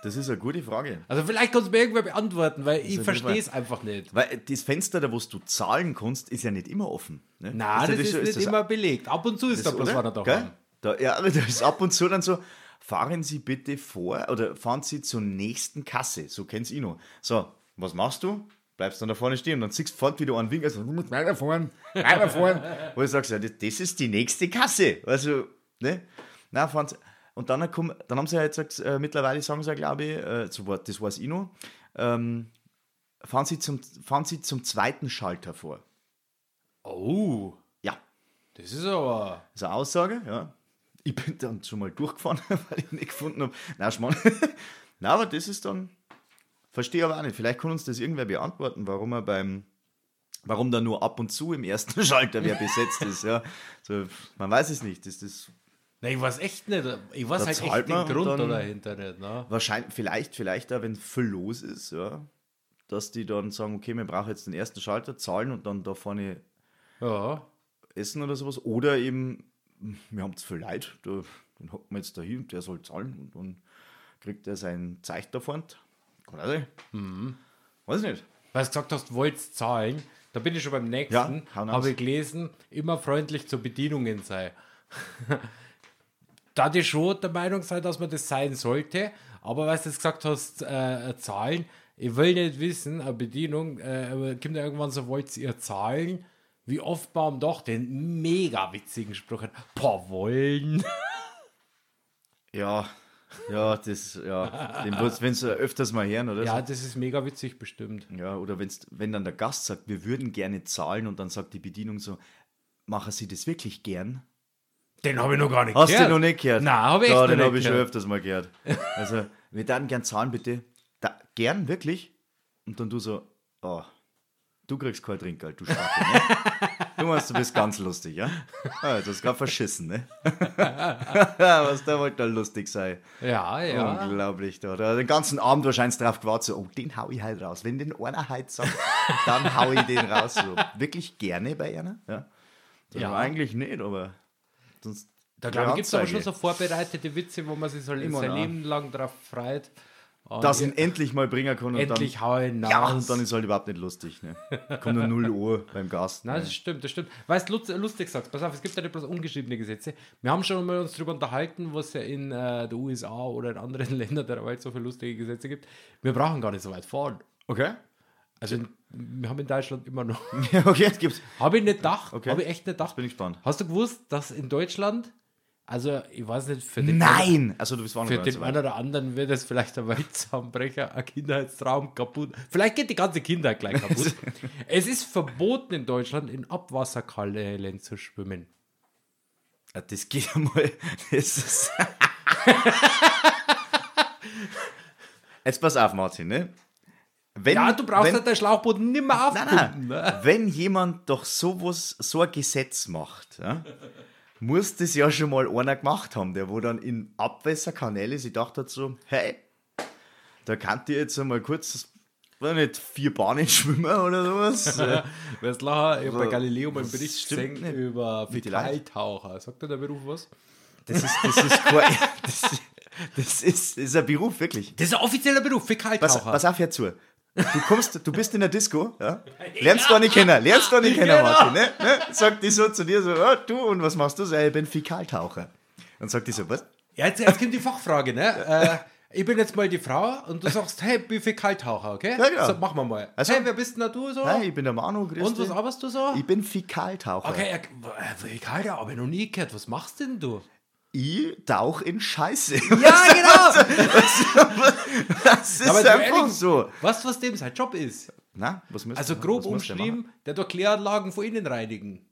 Das ist eine gute Frage.
Also vielleicht kannst du mir irgendwer beantworten, weil ich
auf jeden
verstehe es einfach nicht.
Weil das Fenster, da wo du zahlen kannst, ist ja nicht immer offen. Ne?
Nein, das,
ja
ist,
so-
nicht immer belegt. Ab und zu ist da bloß
oder?
einer
Gell?
daheim.
Da, ja, aber da ist ab und zu dann so, fahren Sie bitte vor oder fahren Sie zur nächsten Kasse. So kennt's ich noch. So, was machst du? Bleibst dann da vorne stehen und dann ziehst du fort wieder einen Wink. Also, du musst weiterfahren, weiterfahren. Wo du sagst, ja, das, das ist die nächste Kasse. Also, ne? Na, fahren Sie. Und dann, kommen, dann haben sie ja jetzt gesagt, äh, mittlerweile sagen sie ja, glaube ich, äh, zu Wort, das weiß ich noch, ähm, fahren, sie zum, fahren sie zum zweiten Schalter vor.
Oh,
Ja,
das ist aber.
Das ist eine Aussage, ja. Ich bin dann schon mal durchgefahren, weil ich nicht gefunden habe. Na, Schmarrn. Na, aber das ist dann. Verstehe aber auch nicht. Vielleicht kann uns das irgendwer beantworten, warum er beim. Warum da nur ab und zu im ersten Schalter wer besetzt ist, ja. So, man weiß es nicht. Das, das
Nein, ich weiß echt nicht. Ich weiß
Da
halt echt
zahlt
den
man und
Grund
dann-
dahinter nicht. Ne?
wahrscheinlich, vielleicht, vielleicht auch, wenn viel los ist, ja, dass die dann sagen, okay, wir brauchen jetzt den ersten Schalter, zahlen und dann da vorne
Ja.
essen oder sowas. Oder eben, wir haben zu viel Leid, da, dann hocken wir jetzt da hin, der soll zahlen und dann kriegt er sein Zeichen davon. Kann auch sein. Mhm. Weiß nicht.
Weil du gesagt hast, wollt zahlen. Da bin ich schon beim nächsten.
Ja, hau raus.
Habe ich gelesen, immer freundlich zur Bedienungen sei. da die schon der Meinung sei, dass man das sein sollte, aber weil du jetzt gesagt hast, äh, zahlen, ich will nicht wissen, eine Bedienung, äh, kommt ja irgendwann so, wollt ihr zahlen? Wie oft Baum doch den mega witzigen Spruch hat, boah, wollen.
Ja, ja, das, ja, den wenn du öfters mal hören, oder?
Ja,
so.
das ist mega witzig bestimmt.
ja oder wenn's, wenn dann der Gast sagt, wir würden gerne zahlen und dann sagt die Bedienung so, machen Sie das wirklich gern?
Den habe ich noch gar nicht
Hast
gehört.
du noch nicht gehört?
Nein, habe ich
ja,
echt
den
noch
habe
nicht
ich schon
gehört.
öfters mal gehört. Also, wir würden gern zahlen, bitte. Da, gern, wirklich? Und dann du so, oh, du kriegst kein Trinkgeld, du Schwacke, ne? Du meinst, du bist ganz lustig, ja? Ah, das ist gerade verschissen, ne? Was da wollte da lustig sein.
Ja, ja.
Unglaublich, da. da den ganzen Abend wahrscheinlich drauf gewartet, so, oh, den hau ich halt raus. Wenn den einer halt sagt, dann hau ich den raus. So. Wirklich gerne bei einer? Ja. Das
Ja.
war eigentlich nicht, aber sonst.
Da glaube ich, gibt es aber schon
Anzeige.
so vorbereitete Witze, wo man sich so
Immer
sein
noch.
Leben lang drauf freut. Und
Dass
ihr-
ich ihn endlich mal bringen kann und
endlich
dann.
hauen.
Ja,
raus.
und dann ist es halt überhaupt nicht lustig. Ne? Kommt nur 0 Uhr beim Gast.
Nein,
Ne?
das stimmt, das stimmt. Weißt du, lutz- lustig sagst, pass auf, es gibt ja nicht bloß ungeschriebene Gesetze. Wir haben schon mal uns darüber unterhalten, was ja in äh, den USA oder in anderen Ländern der Welt so viele lustige Gesetze gibt. Wir brauchen gar nicht so weit fahren.
Okay.
Also in, wir haben in Deutschland immer noch.
okay, jetzt gibt's.
Habe ich nicht gedacht,
Okay.
habe ich echt nicht gedacht.
Bin ich gespannt.
Hast du gewusst, dass in Deutschland, also ich weiß nicht, für den
Nein! Also, du bist auch noch
Für
gar nicht so
den einen
weit.
oder anderen wird es vielleicht ein Weltzusammenbrecher, ein Kindheitstraum kaputt. Vielleicht geht die ganze Kindheit gleich kaputt. es ist verboten in Deutschland, in Abwasserkanälen zu schwimmen.
Ja, Äh, Das geht einmal. Das ist jetzt pass auf, Martin, ne? Wenn,
Ja, du brauchst
wenn,
halt deinen Schlauchboden nicht mehr
Nein,
aufpumpen. ne?
nein. Wenn jemand doch sowas, so ein Gesetz macht, ja, muss das ja schon mal einer gemacht haben, der wo dann in Abwässerkanäle sich gedacht hat so, hey, da kann die jetzt einmal kurz, weiß nicht, vier Bahnen schwimmen oder sowas. ja.
Weißt du, nachher, ich habe bei
Also,
Galileo mal einen
das
Bericht
stimmt
gesehen
nicht.
über
Mit die Leid.
Metalltaucher. Sagt dir der Beruf was?
Das ist, das ist, kein, das, das ist, das ist ein Beruf, wirklich.
Das ist ein offizieller Beruf,
Pass,
Fäkaltaucher.
pass auf, hör zu. Du kommst, du bist in der Disco, ja? lernst du nicht kennen, lernst du nicht kennen,
Genau.
Martin, ne? ne? Sagt die so zu dir so, oh, du, und was machst du? Sag, ich bin Fäkaltaucher. Dann sagt die so, was?
Ja, jetzt, jetzt kommt die Fachfrage, ne? Äh, ich bin jetzt mal die Frau und du sagst, hey, wie viel Kaltaucher, okay?
Ja, genau.
So, machen wir mal.
Also-
hey, wer bist denn da du so?
Nein, ich bin der Manu, grüß
und was
dich.
arbeitest du so?
Ich bin Fäkaltaucher.
Okay, er, äh, egal, ja, aber noch nie gehört. Was machst denn du?
Ich tauch in Scheiße.
Ja, genau.
Das ist
Aber du
einfach
ehrlich-
so.
Was, was dem sein Job ist?
Na, was müsst
Also
ihr-
grob
was müsst ihr machen?
umschrieben, der dort Kläranlagen von innen reinigen.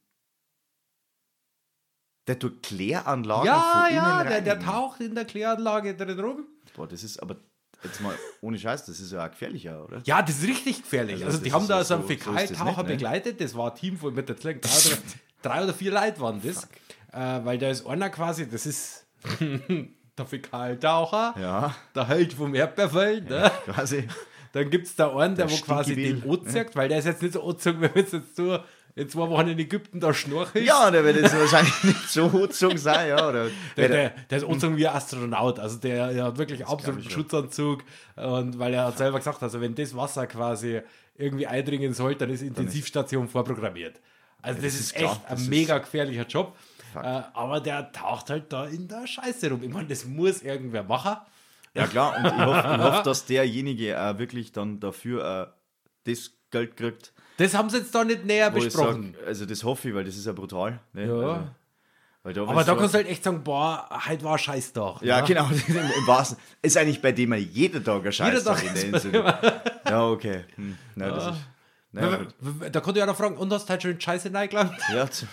Der tut Kläranlagen
Ja,
von
ja,
innen
der, der
reinigen.
taucht in der Kläranlage drin rum.
Boah, das ist aber, jetzt mal, ohne Scheiß, das ist ja auch gefährlicher, oder?
Ja, das ist richtig gefährlich. Also,
Also das
die haben
ist
da
ja
so einen
so- so ist das
Fäkaltaucher
nicht, ne?
begleitet. Das war ein Team von mit der Zeit, drei, oder, drei oder vier Leute waren das. Äh, weil da ist einer quasi, das ist der Fäkaltaucher,
Ja,
der Held vom Erdbeerfeld. Ne?
quasi.
Dann gibt es da einen, der,
Der
wo quasi
Stinki
den anzeigt, weil der ist jetzt nicht so anzeigt, wenn wir jetzt so in zwei Wochen in Ägypten da schnorcheln.
Ja, der wird jetzt wahrscheinlich nicht so hochzogen sein, ja. Oder
Der, der, der ist angezogen wie ein Astronaut. Also der, der hat wirklich absoluten Schutzanzug. Und weil er hat selber gesagt, also wenn das Wasser quasi irgendwie eindringen soll, dann ist Intensivstation vorprogrammiert. Also das,
das
ist
ist klar,
echt
das
ein
ist-
mega gefährlicher Job. Äh, aber der taucht halt da in der Scheiße rum. Ich meine, das muss irgendwer machen.
Ja klar, und ich hoffe, ich hoff, dass derjenige auch wirklich dann dafür äh, das Geld kriegt,
Das haben sie jetzt da nicht näher
wo ich
besprochen.
sag, also das hoffe ich, weil das ist ja brutal. Ne?
Ja.
Also, weil da
aber
weißt
da
du-
kannst du halt echt sagen, boah, halt war ne? scheiß doch.
Ja, genau, im, im wahrsten. Ist eigentlich bei dem mal jeder Tag ein Scheiß
Jeder Tag
Tag in der
ist bei
Insel. Ja, okay. Hm. Na, das ist, na, gut.
Da konnte ich auch noch fragen, und hast du halt schon in Scheiße reingelangt?
Ja, zu-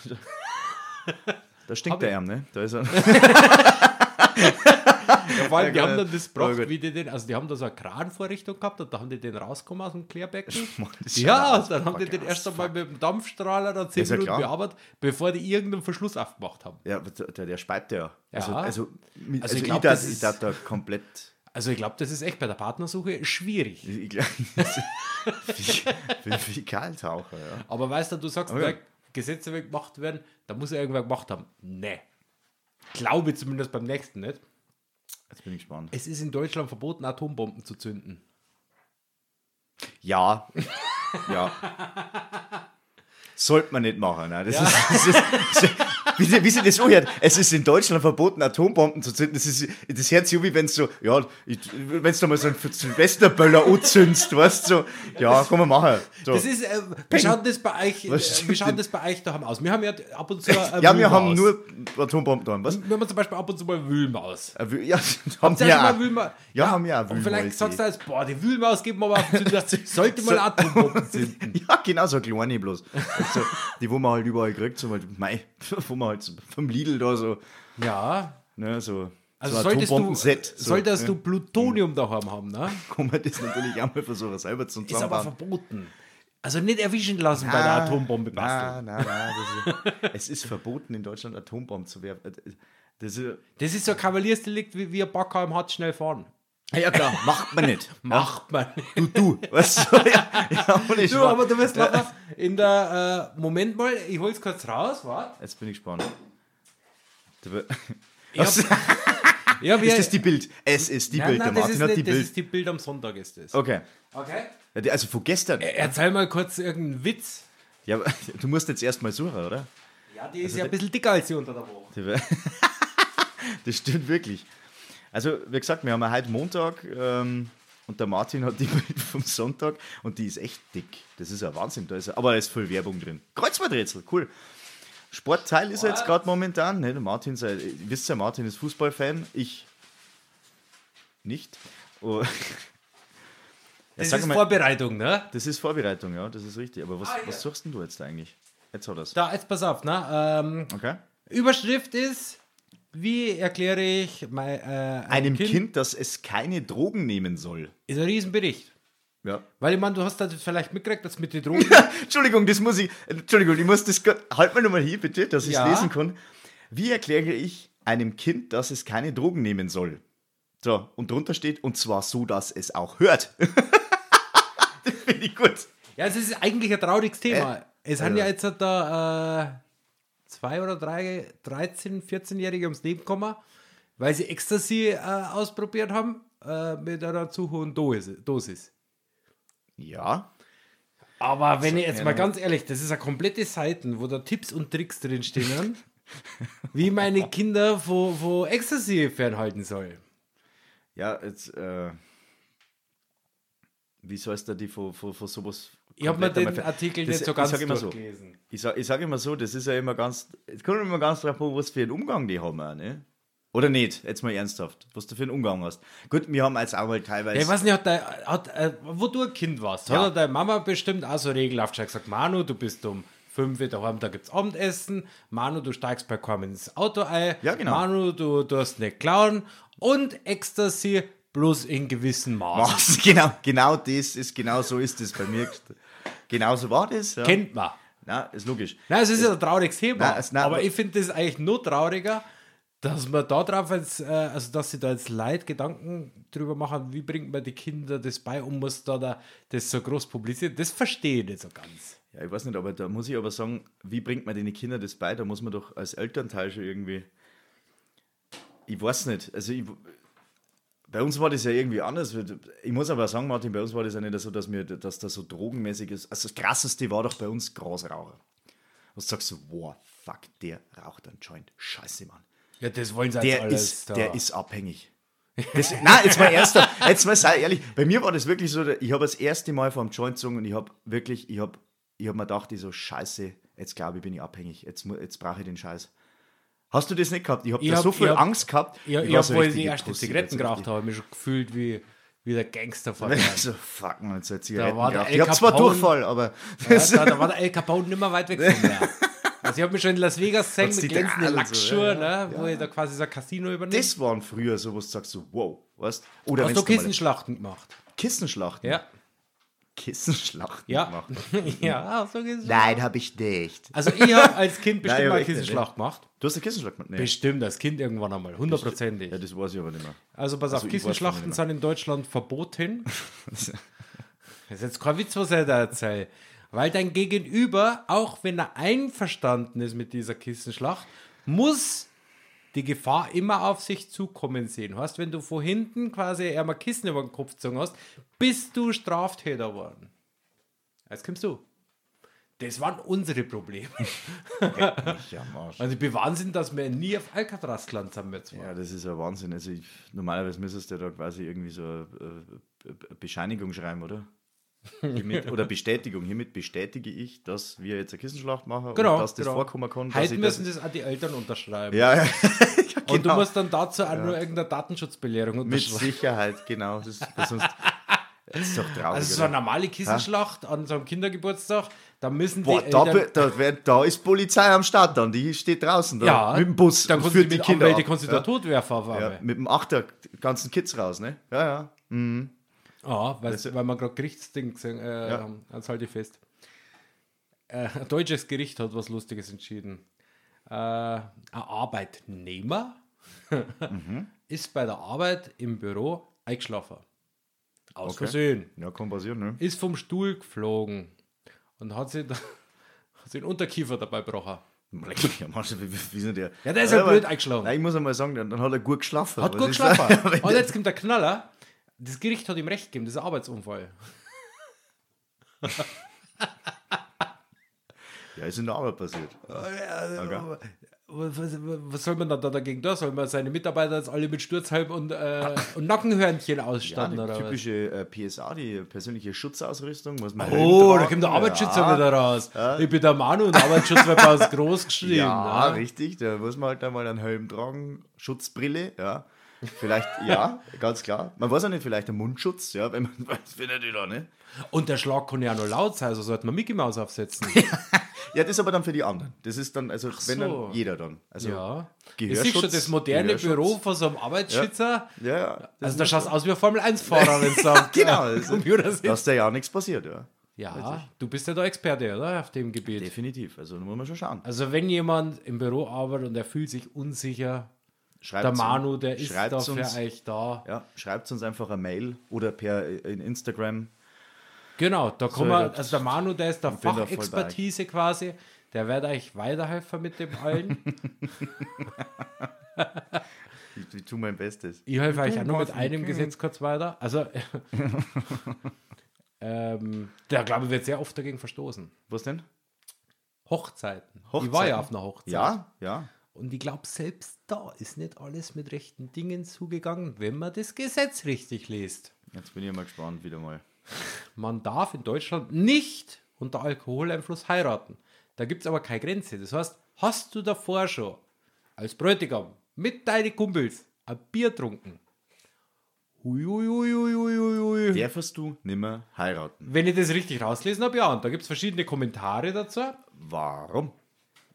da stinkt der Arm, ne? Da ist er.
Ja, vor allem, die
Ja,
haben
geil.
dann das
Voll
gebracht,
gut.
wie die den, also die haben da so eine Kranvorrichtung gehabt und da haben die den rausgekommen aus dem Klärbecken.
Mann, das ist
ja,
ja
und dann haben die
fuck,
den
ja,
erst einmal mit dem Dampfstrahler dann 10
Ist ja
Minuten
klar.
bearbeitet, bevor die irgendeinen Verschluss aufgemacht haben.
Ja, aber der, der- der speit ja. Also,
Ja.
also, also,
Also ich
ich
glaub,
darf-
das
ich
ist-
darf da komplett.
Also ich glaube, das ist echt bei der Partnersuche schwierig.
Ich glaub, das ist- Für den Fäkaltaucher, ja.
Aber weißt du, du sagst,
Oh ja.
da Gesetze werden gemacht werden, da muss ja irgendwer gemacht haben. Nee. Glaube ich zumindest beim nächsten nicht.
Jetzt bin ich gespannt.
Es ist in Deutschland verboten, Atombomben zu zünden.
Ja. Ja. Sollte man nicht machen. Ne? Das ist, das ist, wie, sie- wie sie das anhört, es ist in Deutschland verboten, Atombomben zu zünden. Das, ist, das hört sich an, wie wenn so, ja, wenn du mal so einen Silvesterböller anzündst, weißt du, so, ja, kann man machen. So.
Das ist, äh, wie schaut das bei euch,
Was
äh, wie
stimmt
schaut
denn?
das bei euch daheim aus? Wir haben ja ab und zu ein
ja, wir haben
Wühlmaus.
nur Atombomben dran, was?
Wenn man zum Beispiel ab und zu mal Wühlmaus.
Äh, Ja, haben
Sag ja.
wir
mal
auch.
Wühlmaus.
Ja, haben wir auch
Und
Wühlmäuse.
vielleicht sagst du jetzt, boah, die Wühlmaus geben wir mal auf den Zünder. Sollte mal Atombomben zünden.
Ja, genau, so kleine bloß. Also, die, wo man halt überall kriegt, so halt, mei, wo man halt so vom Lidl da so,
Ja.
ne, so.
Also
so ein
solltest, du,
Atombombenset, so,
solltest
ne?
du Plutonium daheim haben, ne?
kann man das natürlich auch mal versuchen, selber zu
Ist aber
zusammenbauen. Ah,
verboten. Also nicht erwischen lassen bei der Atombombe basteln.
Nein, nein, nein. das ist- Es ist verboten, in Deutschland Atombomben zu werfen. Äh, Das ist,
Das ist so ein Kavaliersdelikt, wie, wie ein Backer im Hart schnell fahren.
ja klar, macht man nicht.
Macht man nicht.
Du, du. Weißt du, ja, ja, ohne
Du,
Schmarrn.
aber du wirst lachen. In der, äh, Moment mal, ich hol's kurz raus, warte.
Jetzt bin ich gespannt. Da wird-
Ich hab-
Was?
Ich hab
Ist
ja-
das die Bild? Es ist die
Nein,
Bild.
nein,
Der
das
Martin
ist
hat
nicht-
die
Das
Bild.
ist die Bild am Sonntag ist das.
Okay.
Okay.
Ja, die- Also von gestern.
Erzähl mal kurz irgendeinen Witz.
Ja, aber du musst jetzt erstmal suchen, oder?
Ja, die ist ja ein bisschen dicker als sie unter der Woche.
Die wir- Das stimmt wirklich. Also, wie gesagt, wir haben ja heute Montag ähm, und der Martin hat die Bild vom Sonntag und die ist echt dick. Das ist ja Wahnsinn. Da ist, aber da ist voll Werbung drin. Kreuzworträtsel, cool. Sportteil ist er jetzt gerade momentan. Ne, der Martin, sei, ihr wisst ja, Martin ist Fußballfan. Ich nicht. Oh. Ja,
Das
sag
ist
mal,
Vorbereitung, ne?
das ist Vorbereitung, ja, das ist richtig. Aber was,
Ah, ja.
was suchst denn du jetzt eigentlich? Jetzt hat er
Da, jetzt pass auf, ne? Ähm,
Okay.
Überschrift ist, wie erkläre ich mein, äh,
Einem kind, dass es keine Drogen nehmen soll.
Ist ein Riesenbericht.
Ja.
Weil ich meine, du hast das vielleicht mitgekriegt, dass mit den Drogen.
Entschuldigung, das muss ich. Entschuldigung, ich muss das. gut- Halt mal nochmal hier, bitte, dass ich es
Ja.
lesen kann. Wie erkläre ich einem Kind, dass es keine Drogen nehmen soll? So, und drunter steht, und zwar so, dass es auch hört. das finde ich gut.
ja, es ist eigentlich ein trauriges Thema. es haben
also.
ja jetzt halt da äh, zwei oder drei 13-, 14-Jährige ums Leben gekommen, weil sie Ecstasy äh, ausprobiert haben äh, mit einer zu hohen Dose- Dosis.
Ja.
Aber wenn ich jetzt mal
ja.
ganz ehrlich, das ist eine komplette Seiten, wo da Tipps und Tricks drinstehen, wie meine Kinder von, von Ecstasy fernhalten soll.
Ja, jetzt. Äh, wie sollst du die von, von, von sowas.
Ich habe mir
komplett einmal
den
ver-
Artikel
Das-
nicht so
ich
ganz
sag immer so,
durchgelesen.
Ich sage ich sag immer so, das ist ja immer ganz, es kommt immer ganz drauf an, was für einen Umgang die haben, auch, ne? Oder nicht, jetzt mal ernsthaft, was du für einen Umgang hast. Gut, wir haben jetzt auch mal teilweise,
Ja, ich weiß nicht, hat dein, hat, äh, wo du ein Kind warst,
Ja.
hat deine Mama bestimmt auch so regelhaft schon gesagt, Manu, du bist um 5 Uhr daheim, da gibt's Abendessen, Manu, du steigst bei Carmen ins Auto ein,
Ja, genau.
Manu, du darfst nicht klauen und Ecstasy bloß in gewissem Maß.
was, genau, genau das ist, genau so ist es bei mir. genau so war das. Ja.
Kennt man.
Na, ist logisch.
Nein, es ist ja ein trauriges Thema,
Nein, es- nein,
aber
aber-
ich finde das eigentlich nur trauriger, dass man da drauf jetzt, äh, also dass sie da jetzt leid Gedanken drüber machen, wie bringt man die Kinder das bei und muss da, da das so groß publizieren, das verstehe ich nicht so ganz.
Ja, ich weiß nicht, aber da muss ich aber sagen, wie bringt man den Kindern das bei? Da muss man doch als Elternteil schon irgendwie. Ich weiß nicht. Also ich, bei uns war das ja irgendwie anders. Ich muss aber sagen, Martin, bei uns war das ja nicht so, dass mir, dass das so drogenmäßig ist. Also das krasseste war doch bei uns Grasraucher. Was sagst du, wow, fuck, der raucht einen Joint. Scheiße, Mann.
Ja, das wollen sie jetzt
Der
alles.
ist,
da.
der ist abhängig. Das, nein, jetzt mal erster, jetzt mal sei ehrlich, bei mir war das wirklich so, ich habe das erste Mal vom Joint gezogen und ich habe wirklich, ich habe ich hab mir gedacht, ich so, scheiße, jetzt glaube ich, bin ich abhängig, jetzt, mu- jetzt brauche ich den Scheiß. Hast du das nicht gehabt? Ich habe
Ich
da so
hab-
viel
ich hab-
Angst gehabt.
ja, ich
war
habe
so
wohl
richtig
die ersten
Pussy,
Zigaretten
also richtig-
geraucht, habe ich mich schon gefühlt wie, wie der Gangster vor der
Also, fuck man, jetzt hat Zigaretten
war der
geraucht.
El
Ich habe zwar
Capone.
Durchfall, aber
Ja, da, da war der El Capone nicht mehr weit weg von mir. Also ich habe mich schon in Las Vegas gesehen
Hat's
mit
die
glänzenden
Dale und so,
Lackschuhen,
ja,
ne, wo er da quasi so ein Casino übernimmt.
das waren früher so, wo du sagst, so, wow, weißt Oder
Hast
wenn's
du
da mal-
Kissenschlachten gemacht?
Kissenschlachten?
Ja.
Kissenschlachten
Ja.
gemacht.
ja, hast du Kissenschlachten?
Nein, habe ich nicht.
Also ich habe als Kind bestimmt
Nein, ne?
mal
aber
eine
echt nicht,
Kissenschlacht gemacht.
Du hast eine Kissenschlacht gemacht? Nee.
Bestimmt, als Kind irgendwann einmal, hundertprozentig.
Ja, das weiß ich aber nicht mehr.
Also pass auf,
ich weiß von
Kissenschlachten
denen.
sind in Deutschland verboten. Das ist jetzt kein Witz, was er da erzählt. Weil dein Gegenüber, auch wenn er einverstanden ist mit dieser Kissenschlacht, muss die Gefahr immer auf sich zukommen sehen. Hast, wenn du vor hinten quasi einmal Kissen über den Kopf gezogen hast, bist du Straftäter geworden. Jetzt kommst du. Das waren unsere Probleme.
Ich am Arsch.
Also ich bin Wahnsinn, dass wir nie auf Alcatraz gelandet haben. Wir zwei.
Ja, das ist ja Wahnsinn. Also ich, normalerweise müsstest du ja da quasi irgendwie so eine, äh, eine Bescheinigung schreiben, oder? Hiermit, oder Bestätigung. Hiermit bestätige ich, dass wir jetzt eine Kissenschlacht machen
Genau.
und dass das
genau.
vorkommen kann. dass
Heute
ich
müssen das auch die Eltern unterschreiben.
ja, ja,
Und du
genau.
musst dann dazu auch nur irgendeine Datenschutzbelehrung
mit
unterschreiben.
Sicherheit, genau. Das, ist- das sonst, das ist doch traurig.
Also so
oder?
eine normale Kissenschlacht an so einem Kindergeburtstag, da müssen die
Boah, da,
Eltern...
be- da, wär- da ist Polizei am Start dann, die steht draußen da,
ja,
mit dem Bus
dann
und
kannst du
führt
die
die
mit
Kinder
Anwälte
ab.
kannst du da tot werfen auf
ja, ja,
einmal.
mit dem Achter die ganzen Kids raus, ne? Ja, ja. Mhm.
Ja, weil, weil man gerade Gerichtsding gesehen äh,
Ja.
haben. Jetzt halte ich fest. Äh, ein deutsches Gericht hat was Lustiges entschieden. Äh, ein Arbeitnehmer
Mhm.
ist bei der Arbeit im Büro eingeschlafen. Aus
Okay.
Versehen.
Ja, kann passieren, ne?
ist vom Stuhl geflogen und hat sich, da, hat sich den Unterkiefer dabei gebrochen.
Leck mich am Arsch, wie- wie- wie sind die-
Ja, der ist ja
aber-
blöd eingeschlagen.
Nein, ich muss einmal sagen, dann, dann hat er gut geschlafen.
Hat
Was
gut
ist
geschlafen.
das?
Und jetzt kommt der Knaller. Das Gericht hat ihm recht gegeben, das ist ein Arbeitsunfall.
ja, ist in der Arbeit passiert. Okay.
Was, was- was soll man dann da dagegen da? Soll man seine Mitarbeiter jetzt alle mit Sturzhalb und, äh, und Nackenhörnchen
Ja,
ausstatten?
die
oder was?
typische äh, PSA, die persönliche Schutzausrüstung, muss man
Oh,
Helm
da
tragen.
kommt der Arbeitsschützer
ja,
wieder raus. Ich bin der Manu und Arbeitsschutz wird bei uns groß geschrieben.
Ja,
ne?
richtig, da muss man halt einmal einen Helm tragen, Schutzbrille, ja. Vielleicht, ja, ganz klar. Man weiß auch nicht, vielleicht einen Mundschutz, ja, wenn man weiß, wenn er die da, ne?
Und der Schlag kann ja auch noch laut sein, also sollte man Mickey Mouse aufsetzen.
Ja, das ist aber dann für die anderen. Das ist dann, also wenn
so.
dann jeder dann. Also,
ja. Ich
Gehörschutz,
sehe schon das moderne
Gehörschutz.
Büro von so einem Arbeitsschützer.
Ja, ja. Das
Also da schaust du aus wie ein Formel-1-Fahrer, wenn du am
Genau,
am
das-
Computer sitzt.
dass da ja auch nichts passiert, ja.
Ja, du bist ja da Experte, oder? Auf dem Gebiet.
Definitiv. Also da muss man schon schauen.
Also wenn jemand im Büro arbeitet und er fühlt sich unsicher,
Schreibt
der Manu, der ist
schreibt's
dafür
uns.
eigentlich da.
Ja, schreibt uns einfach eine Mail oder per äh, in Instagram.
Genau, da kann
So,
man,
das-
also der Manu, der ist der
bin da voll bei
Fachexpertise quasi, der wird euch weiterhelfen mit dem allen.
Ich, ich tue mein Bestes.
Ich helfe euch auch nur mit einem Gesetz kurz weiter. Also, ähm, der glaube ich wird sehr oft dagegen verstoßen.
Was denn?
Hochzeiten. Ich war
Hochzeiten?
ja auf einer Hochzeit.
Ja, ja.
Und ich glaube, selbst da ist nicht alles mit rechten Dingen zugegangen, wenn man das Gesetz richtig liest.
Jetzt bin ich mal gespannt wieder mal.
Man darf in Deutschland nicht unter Alkoholeinfluss heiraten. Da gibt es aber keine Grenze. Das heißt, hast du davor schon als Bräutigam mit deinen Kumpels ein Bier getrunken? Huiuiuiuiuiui.
Darfst du nimmer heiraten?
Wenn ich das richtig rauslesen habe, ja, und da gibt es verschiedene Kommentare dazu.
Äh, Warum?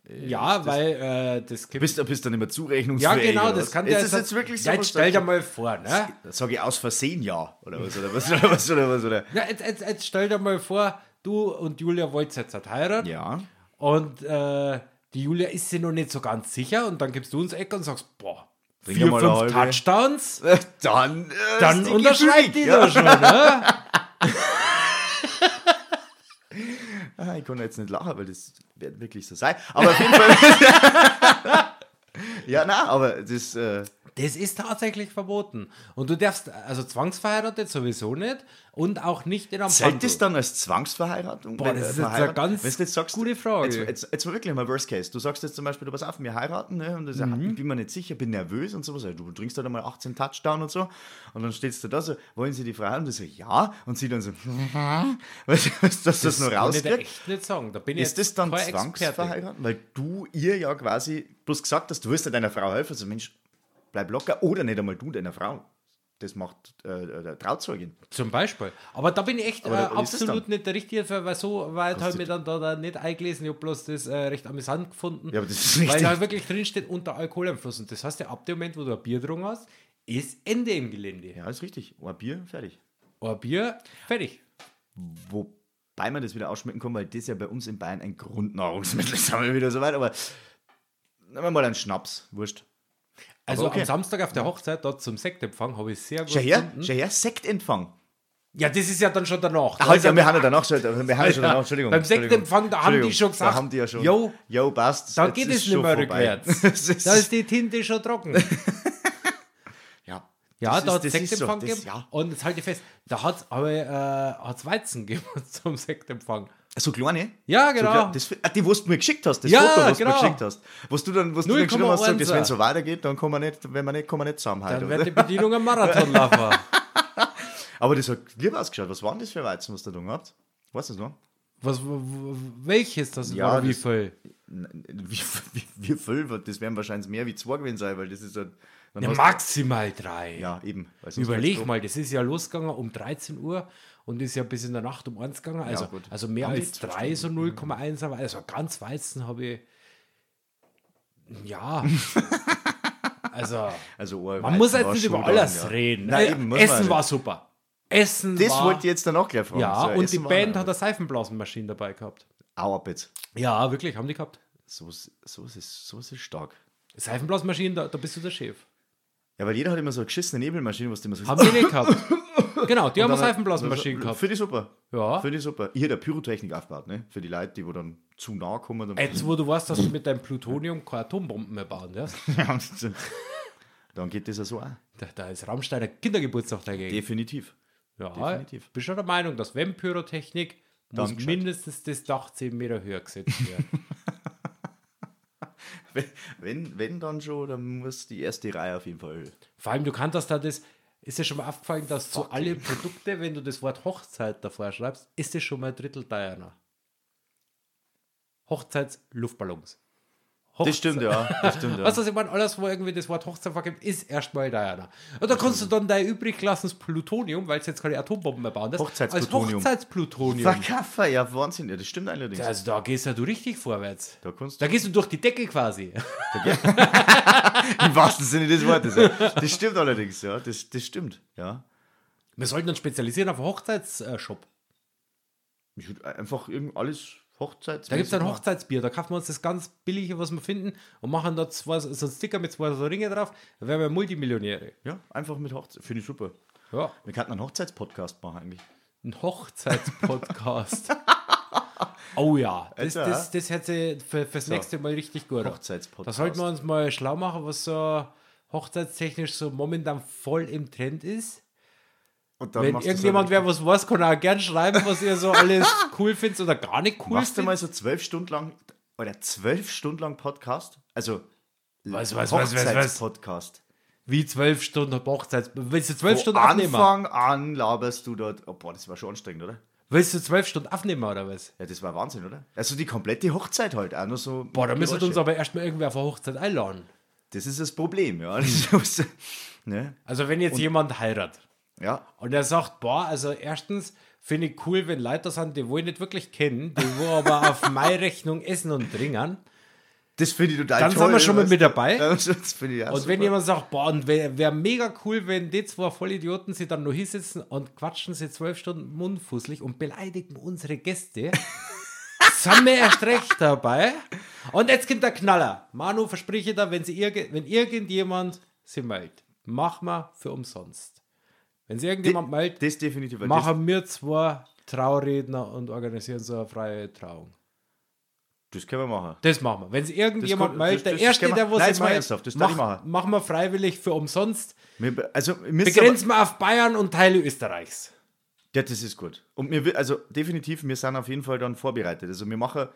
Ja, weil äh, das
Du bist, du bist dann immer
Ja,
zurechnungsfähig.
genau,
oder
das
was?
kann
Ist
der
das jetzt wirklich so?
Jetzt stell dir mal vor, ne?
Sag ich aus Versehen ja. Oder was, oder was, oder was, oder was, oder?
Ja, jetzt, jetzt, jetzt stell dir mal vor, du und Julia wollt jetzt halt heiraten
Ja.
und äh, die Julia ist sich noch nicht so ganz sicher und dann gibst du uns Eck und sagst, boah,
Bring
vier,
mir mal eine
fünf
halbe.
Touchdowns,
Dann, äh,
dann
ist die
unterschreibt
gefügig,
die
ja.
da schon, ne?
Ah, ich kann jetzt nicht lachen, weil das wird wirklich so sein. Aber auf jeden Fall. ja, na, aber das. Äh,
Das ist tatsächlich verboten. Und du darfst, also zwangsverheiratet sowieso nicht und auch nicht in einem
Zählt
Pantel.
das dann als Zwangsverheiratung?
Boah,
wenn,
das
äh,
ist jetzt eine
verheiratet-
ganz
Wenn du jetzt sagst,
gute Frage.
Jetzt, jetzt, jetzt mal wirklich mal Worst Case. Du sagst jetzt zum Beispiel, du pass auf, wir heiraten, ne? und das,
Mhm.
ich bin mir nicht sicher, bin nervös und sowas. Du trinkst halt einmal 18 Touchdown und so. Und dann stehst du da so, wollen sie die Frau haben? Und du sagst, ja. Und sie dann so, weißt du, dass das, das nur
kann ich dir
rauskriegt.
echt nicht sagen. Da bin ich
Ist das
jetzt
dann
kein Experte.
Zwangsverheiraten? Weil du ihr ja quasi bloß gesagt hast, du wirst ja deiner Frau helfen. Also Mensch, bleib locker. Oder nicht einmal du deiner Frau. Das macht äh, der Trauzeugin.
Zum Beispiel. Aber da bin ich echt äh,
Aber da- wie ist das
absolut
dann?
nicht der Richtige für, weil so weit habe ich
du-
mich dann da, da nicht eingelesen. Ich habe bloß das äh, recht amüsant gefunden.
Ja, aber das ist nicht
Weil
der-
da wirklich drin steht unter Alkoholeinfluss. Und das heißt, ja, ab dem Moment, wo du ein Bier getrunken hast, ist Ende im Gelände.
Ja, ist richtig. Ein Bier, fertig.
Ein Bier, fertig.
Wobei man das wieder ausschmecken kann, weil das ja bei uns in Bayern ein Grundnahrungsmittel ist. Haben wir wieder so weit, aber nehmen wir mal einen Schnaps. Wurscht.
Also
okay.
am Samstag auf der Hochzeit dort zum Sektempfang habe ich sehr gut
Schau her,
gefunden.
schau her, Sektempfang.
Ja, das ist ja dann schon danach.
Ach, halt, ja, wir haben ja danach schon, wir haben ja schon danach, Entschuldigung.
also Beim
Entschuldigung.
Sektempfang, da haben die
Entschuldigung,
schon gesagt,
Da haben die ja schon.
yo,
yo passt.
Da
jetzt
geht
ist
es nicht
schon
mehr
vorbei.
rückwärts.
Das ist-
da ist die Tinte schon trocken.
ja,
Ja,
das
da hat
ist-
es
das ist so,
Sektempfang
das-
gegeben.
ja.
Und jetzt halte ich fest, da hat es aber äh, hat's Weizen gegeben zum Sektempfang.
So kleine?
Ja,
So
genau.
klein, das, ah, die, was du mir geschickt hast, das
Ja,
Foto, was du
genau.
mir geschickt hast. Was du dann, was du dann geschrieben hast, gesagt,
0,1er.
dass wenn es so weitergeht, dann kann man nicht, wenn man nicht, kann man nicht
Dann
zusammenhalten.
wird
oder?
die Bedienung ein Marathonlaufer.
Aber das hat lieb ausgeschaut. Was war denn das für Weizen, was du da drin habt? Weißt du das noch?
Was, w- w- welches das
Ja,
war, wie
das-
viel?
Nein, Wie, wie, wie viel wird? Das werden wahrscheinlich mehr wie zwei gewesen sein, weil das ist halt. dann
Ja,
hast du-
maximal drei.
ja, eben. weil sonst
Überleg
wird's
mal, das ist ja losgegangen um 13 Uhr und ist ja bis in der Nacht um 1 gegangen. Also,
gut.
also mehr
Haben die
als
zwei
3, so 0,1. Aber also ganz Weizen habe ich. Ja. also,
doof. Also, oh,
man
Weizen
muss jetzt
war
nicht
schon
über
lang,
alles
ja.
reden.
Nein,
Äh,
eben, muss man
Essen
nicht.
war super. Essen
Das
war.
wollte ich jetzt dann auch gleich fragen.
ja,
So,
und die
Essen war-
Band hat eine Seifenblasenmaschine dabei gehabt.
Au, ab jetzt.
Ja, wirklich, haben die gehabt.
So, ist- so, ist, es- so ist es stark.
Seifenblasenmaschinen, da, da bist du der Chef.
Ja, weil jeder hat immer so eine geschissene Nebelmaschine, was du immer so.
Haben die nicht gehabt. Genau, die haben eine
Dann hat- also
Seifenblasenmaschine gehabt.
Finde ich super.
Ja.
Finde ich super. Ich hätte eine Pyrotechnik aufgebaut, ne? Für die Leute, die wo dann zu nah kommen. Dann
Jetzt, wo du weißt, dass du mit deinem Plutonium keine Atombomben mehr bauen darfst.
dann geht das ja so auch.
Da, da ist Rammsteiner Kindergeburtstag dagegen.
Definitiv.
ja,
definitiv.
Bist schon der Meinung, dass wenn Pyrotechnik, muss
Dann gescheit.
mindestens das Dach 10 Meter höher gesetzt werden.
Wenn- Wenn, wenn dann schon, dann muss die erste Reihe auf jeden Fall.
Vor allem, du kannst das da das, ist dir schon mal aufgefallen, dass zu alle Produkte, wenn du das Wort Hochzeit davor schreibst, ist das schon mal ein Drittel Diana. Hochzeitsluftballons.
Das stimmt, ja. Das stimmt, ja.
Was das immer alles, wo irgendwie das Wort Hochzeit vergibt, ist erstmal Diana. Und da kannst du dann dein übrig gelassenes Plutonium, weil es jetzt keine Atombomben mehr bauen darfst,
Hochzeitsplutonium.
als Hochzeitsplutonium.
Verkaffer, ja, Wahnsinn. Ja, das stimmt allerdings.
Ja, Also da gehst ja du richtig vorwärts.
Da kannst
Da
du
gehst du durch die Decke quasi.
im wahrsten Sinne des Wortes. Ja. Das stimmt allerdings, ja. Das, das stimmt, ja.
Wir sollten uns spezialisieren auf einen Hochzeitsshop.
Ich würde einfach irgend alles Hochzeits.
Da gibt es ein Hochzeitsbier, da kaufen wir uns das ganz billige, was wir finden und machen da zwei, so einen Sticker mit zwei so Ringe drauf, dann wären wir Multimillionäre.
Ja, einfach mit Hochzeit. Finde ich super.
Ja,
Wir könnten einen Hochzeitspodcast machen eigentlich.
ein Hochzeitspodcast. oh ja, das,
Alter.
das, das hätte für, fürs nächste Mal richtig gut.
Hochzeitspodcast.
Da sollten wir uns mal schlau machen, was so hochzeitstechnisch so momentan voll im Trend ist.
Und dann
Wenn
machst du's
irgendjemand
halt-
wer was weiß, kann er auch gern schreiben, was ihr so alles cool findet oder gar nicht cool
Machst du
findet.
mal so zwölf Stunden lang, oder zwölf Stunden lang Podcast? Also,
Was, was, was, was, was?
Hochzeitspodcast.
Wie zwölf Stunden hab Hochzeits... Willst du zwölf Stunden
Von
aufnehmen?
Anfang an laberst du dort. Oh, boah, das war schon anstrengend, oder?
Willst du zwölf Stunden aufnehmen oder was?
Ja, das war Wahnsinn, oder? Also die komplette Hochzeit halt, auch nur so.
Boah, da müssen wir uns
Geräusche.
aber erstmal irgendwer auf eine Hochzeit einladen.
Das ist das Problem, ja. Das ist- ne?
Also wenn jetzt jemand heiratet
Ja.
und er sagt, boah, also erstens finde ich cool, wenn Leute da sind, die wo ich nicht wirklich kennen, die wo aber auf meine Rechnung essen und trinken.
Das finde ich total
Dann
toll.
sind wir schon mal
weißt
mit
du?
dabei.
Ja, Das finde ich auch
Und
super.
wenn jemand sagt, boah, und wäre wär mega cool, wenn die zwei Vollidioten sich dann nur hinsetzen und quatschen sie zwölf Stunden mundfußlich und beleidigen unsere Gäste, sind wir erst recht dabei. Und jetzt kommt der Knaller. Manu, verspreche da, wenn, sie irg wenn irgendjemand sie meldet, mach mal für umsonst. Wenn sie irgendjemand meldet,
Das definitiv. weil Das,
machen wir zwei Trauredner und organisieren so eine freie Trauung.
Das können wir machen.
Das machen wir. Wenn es irgendjemand
kann-
meldet,
das-
der
das
Erste,
können wir-
der was
Nein, jetzt mal ernsthaft, das darf ich machen.
machen wir freiwillig für umsonst.
Wir, be- also, wir
Begrenzen wir auf Bayern und Teile Österreichs.
Ja, das ist gut. Und wir, wi- also definitiv, wir sind auf jeden Fall dann vorbereitet. Also wir machen,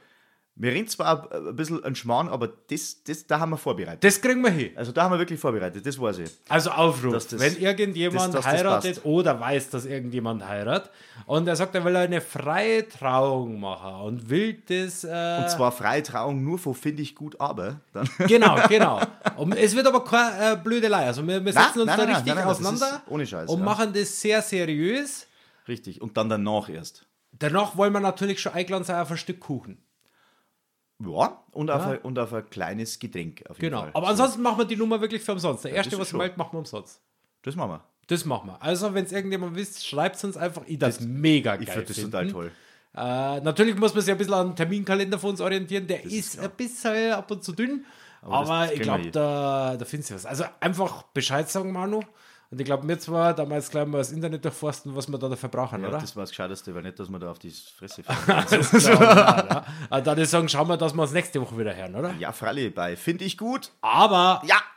wir reden zwar ein ein bisschen einen Schmarrn, aber das, das, da haben wir vorbereitet.
Das kriegen wir hin.
Also da haben wir wirklich vorbereitet, das weiß ich.
Also Aufruf,
Dass das-
wenn irgendjemand
dass das
heiratet
passt.
oder weiß, dass irgendjemand heiratet und er sagt, er will eine freie Trauung machen und will das... Äh,
Und zwar Freitrauung nur von finde ich gut, aber dann.
Genau, genau. Und es wird aber keine äh, Blödelei. Also wir, wir setzen uns
nein,
da
nein, nein,
richtig
nein, nein, das
auseinander
ist ohne Scheiß,
und
ja.
machen das sehr seriös.
Richtig. Und dann danach erst.
Danach wollen wir natürlich schon eingeladen sein auf ein Stück Kuchen.
Ja, und, Auf, ein, und auf ein kleines Getränk auf jeden
Genau.
Fall.
Aber ansonsten machen wir die Nummer wirklich für umsonst. Der Erste,
ist
was
schon.
bald, machen wir umsonst.
Das machen wir.
Das machen wir. Also, wenn es irgendjemand wisst, schreibt es uns einfach. Ich das, mega geil.
Ich finde das
finden.
total toll.
Äh, natürlich muss man sich ein bisschen an den Terminkalender von uns orientieren. Der ist,
ist klar.
ein bisschen ab und zu dünn.
das-
Aber
das
ich
kriegen wir
glaube,
hin.
da, da findest du was. Also einfach Bescheid sagen, Manu. Und ich glaube, wir zwar damals gleich mal das Internet durchforsten, was wir da dafür brauchen,
Ja,
oder?
das war das Gescheiteste, weil nicht, dass wir da auf die Fresse fallen.
Ah, dann ist sagen, schauen wir, dass wir uns nächste Woche wieder hören, oder?
ja, Fralli, bei finde ich gut,
Aber
ja.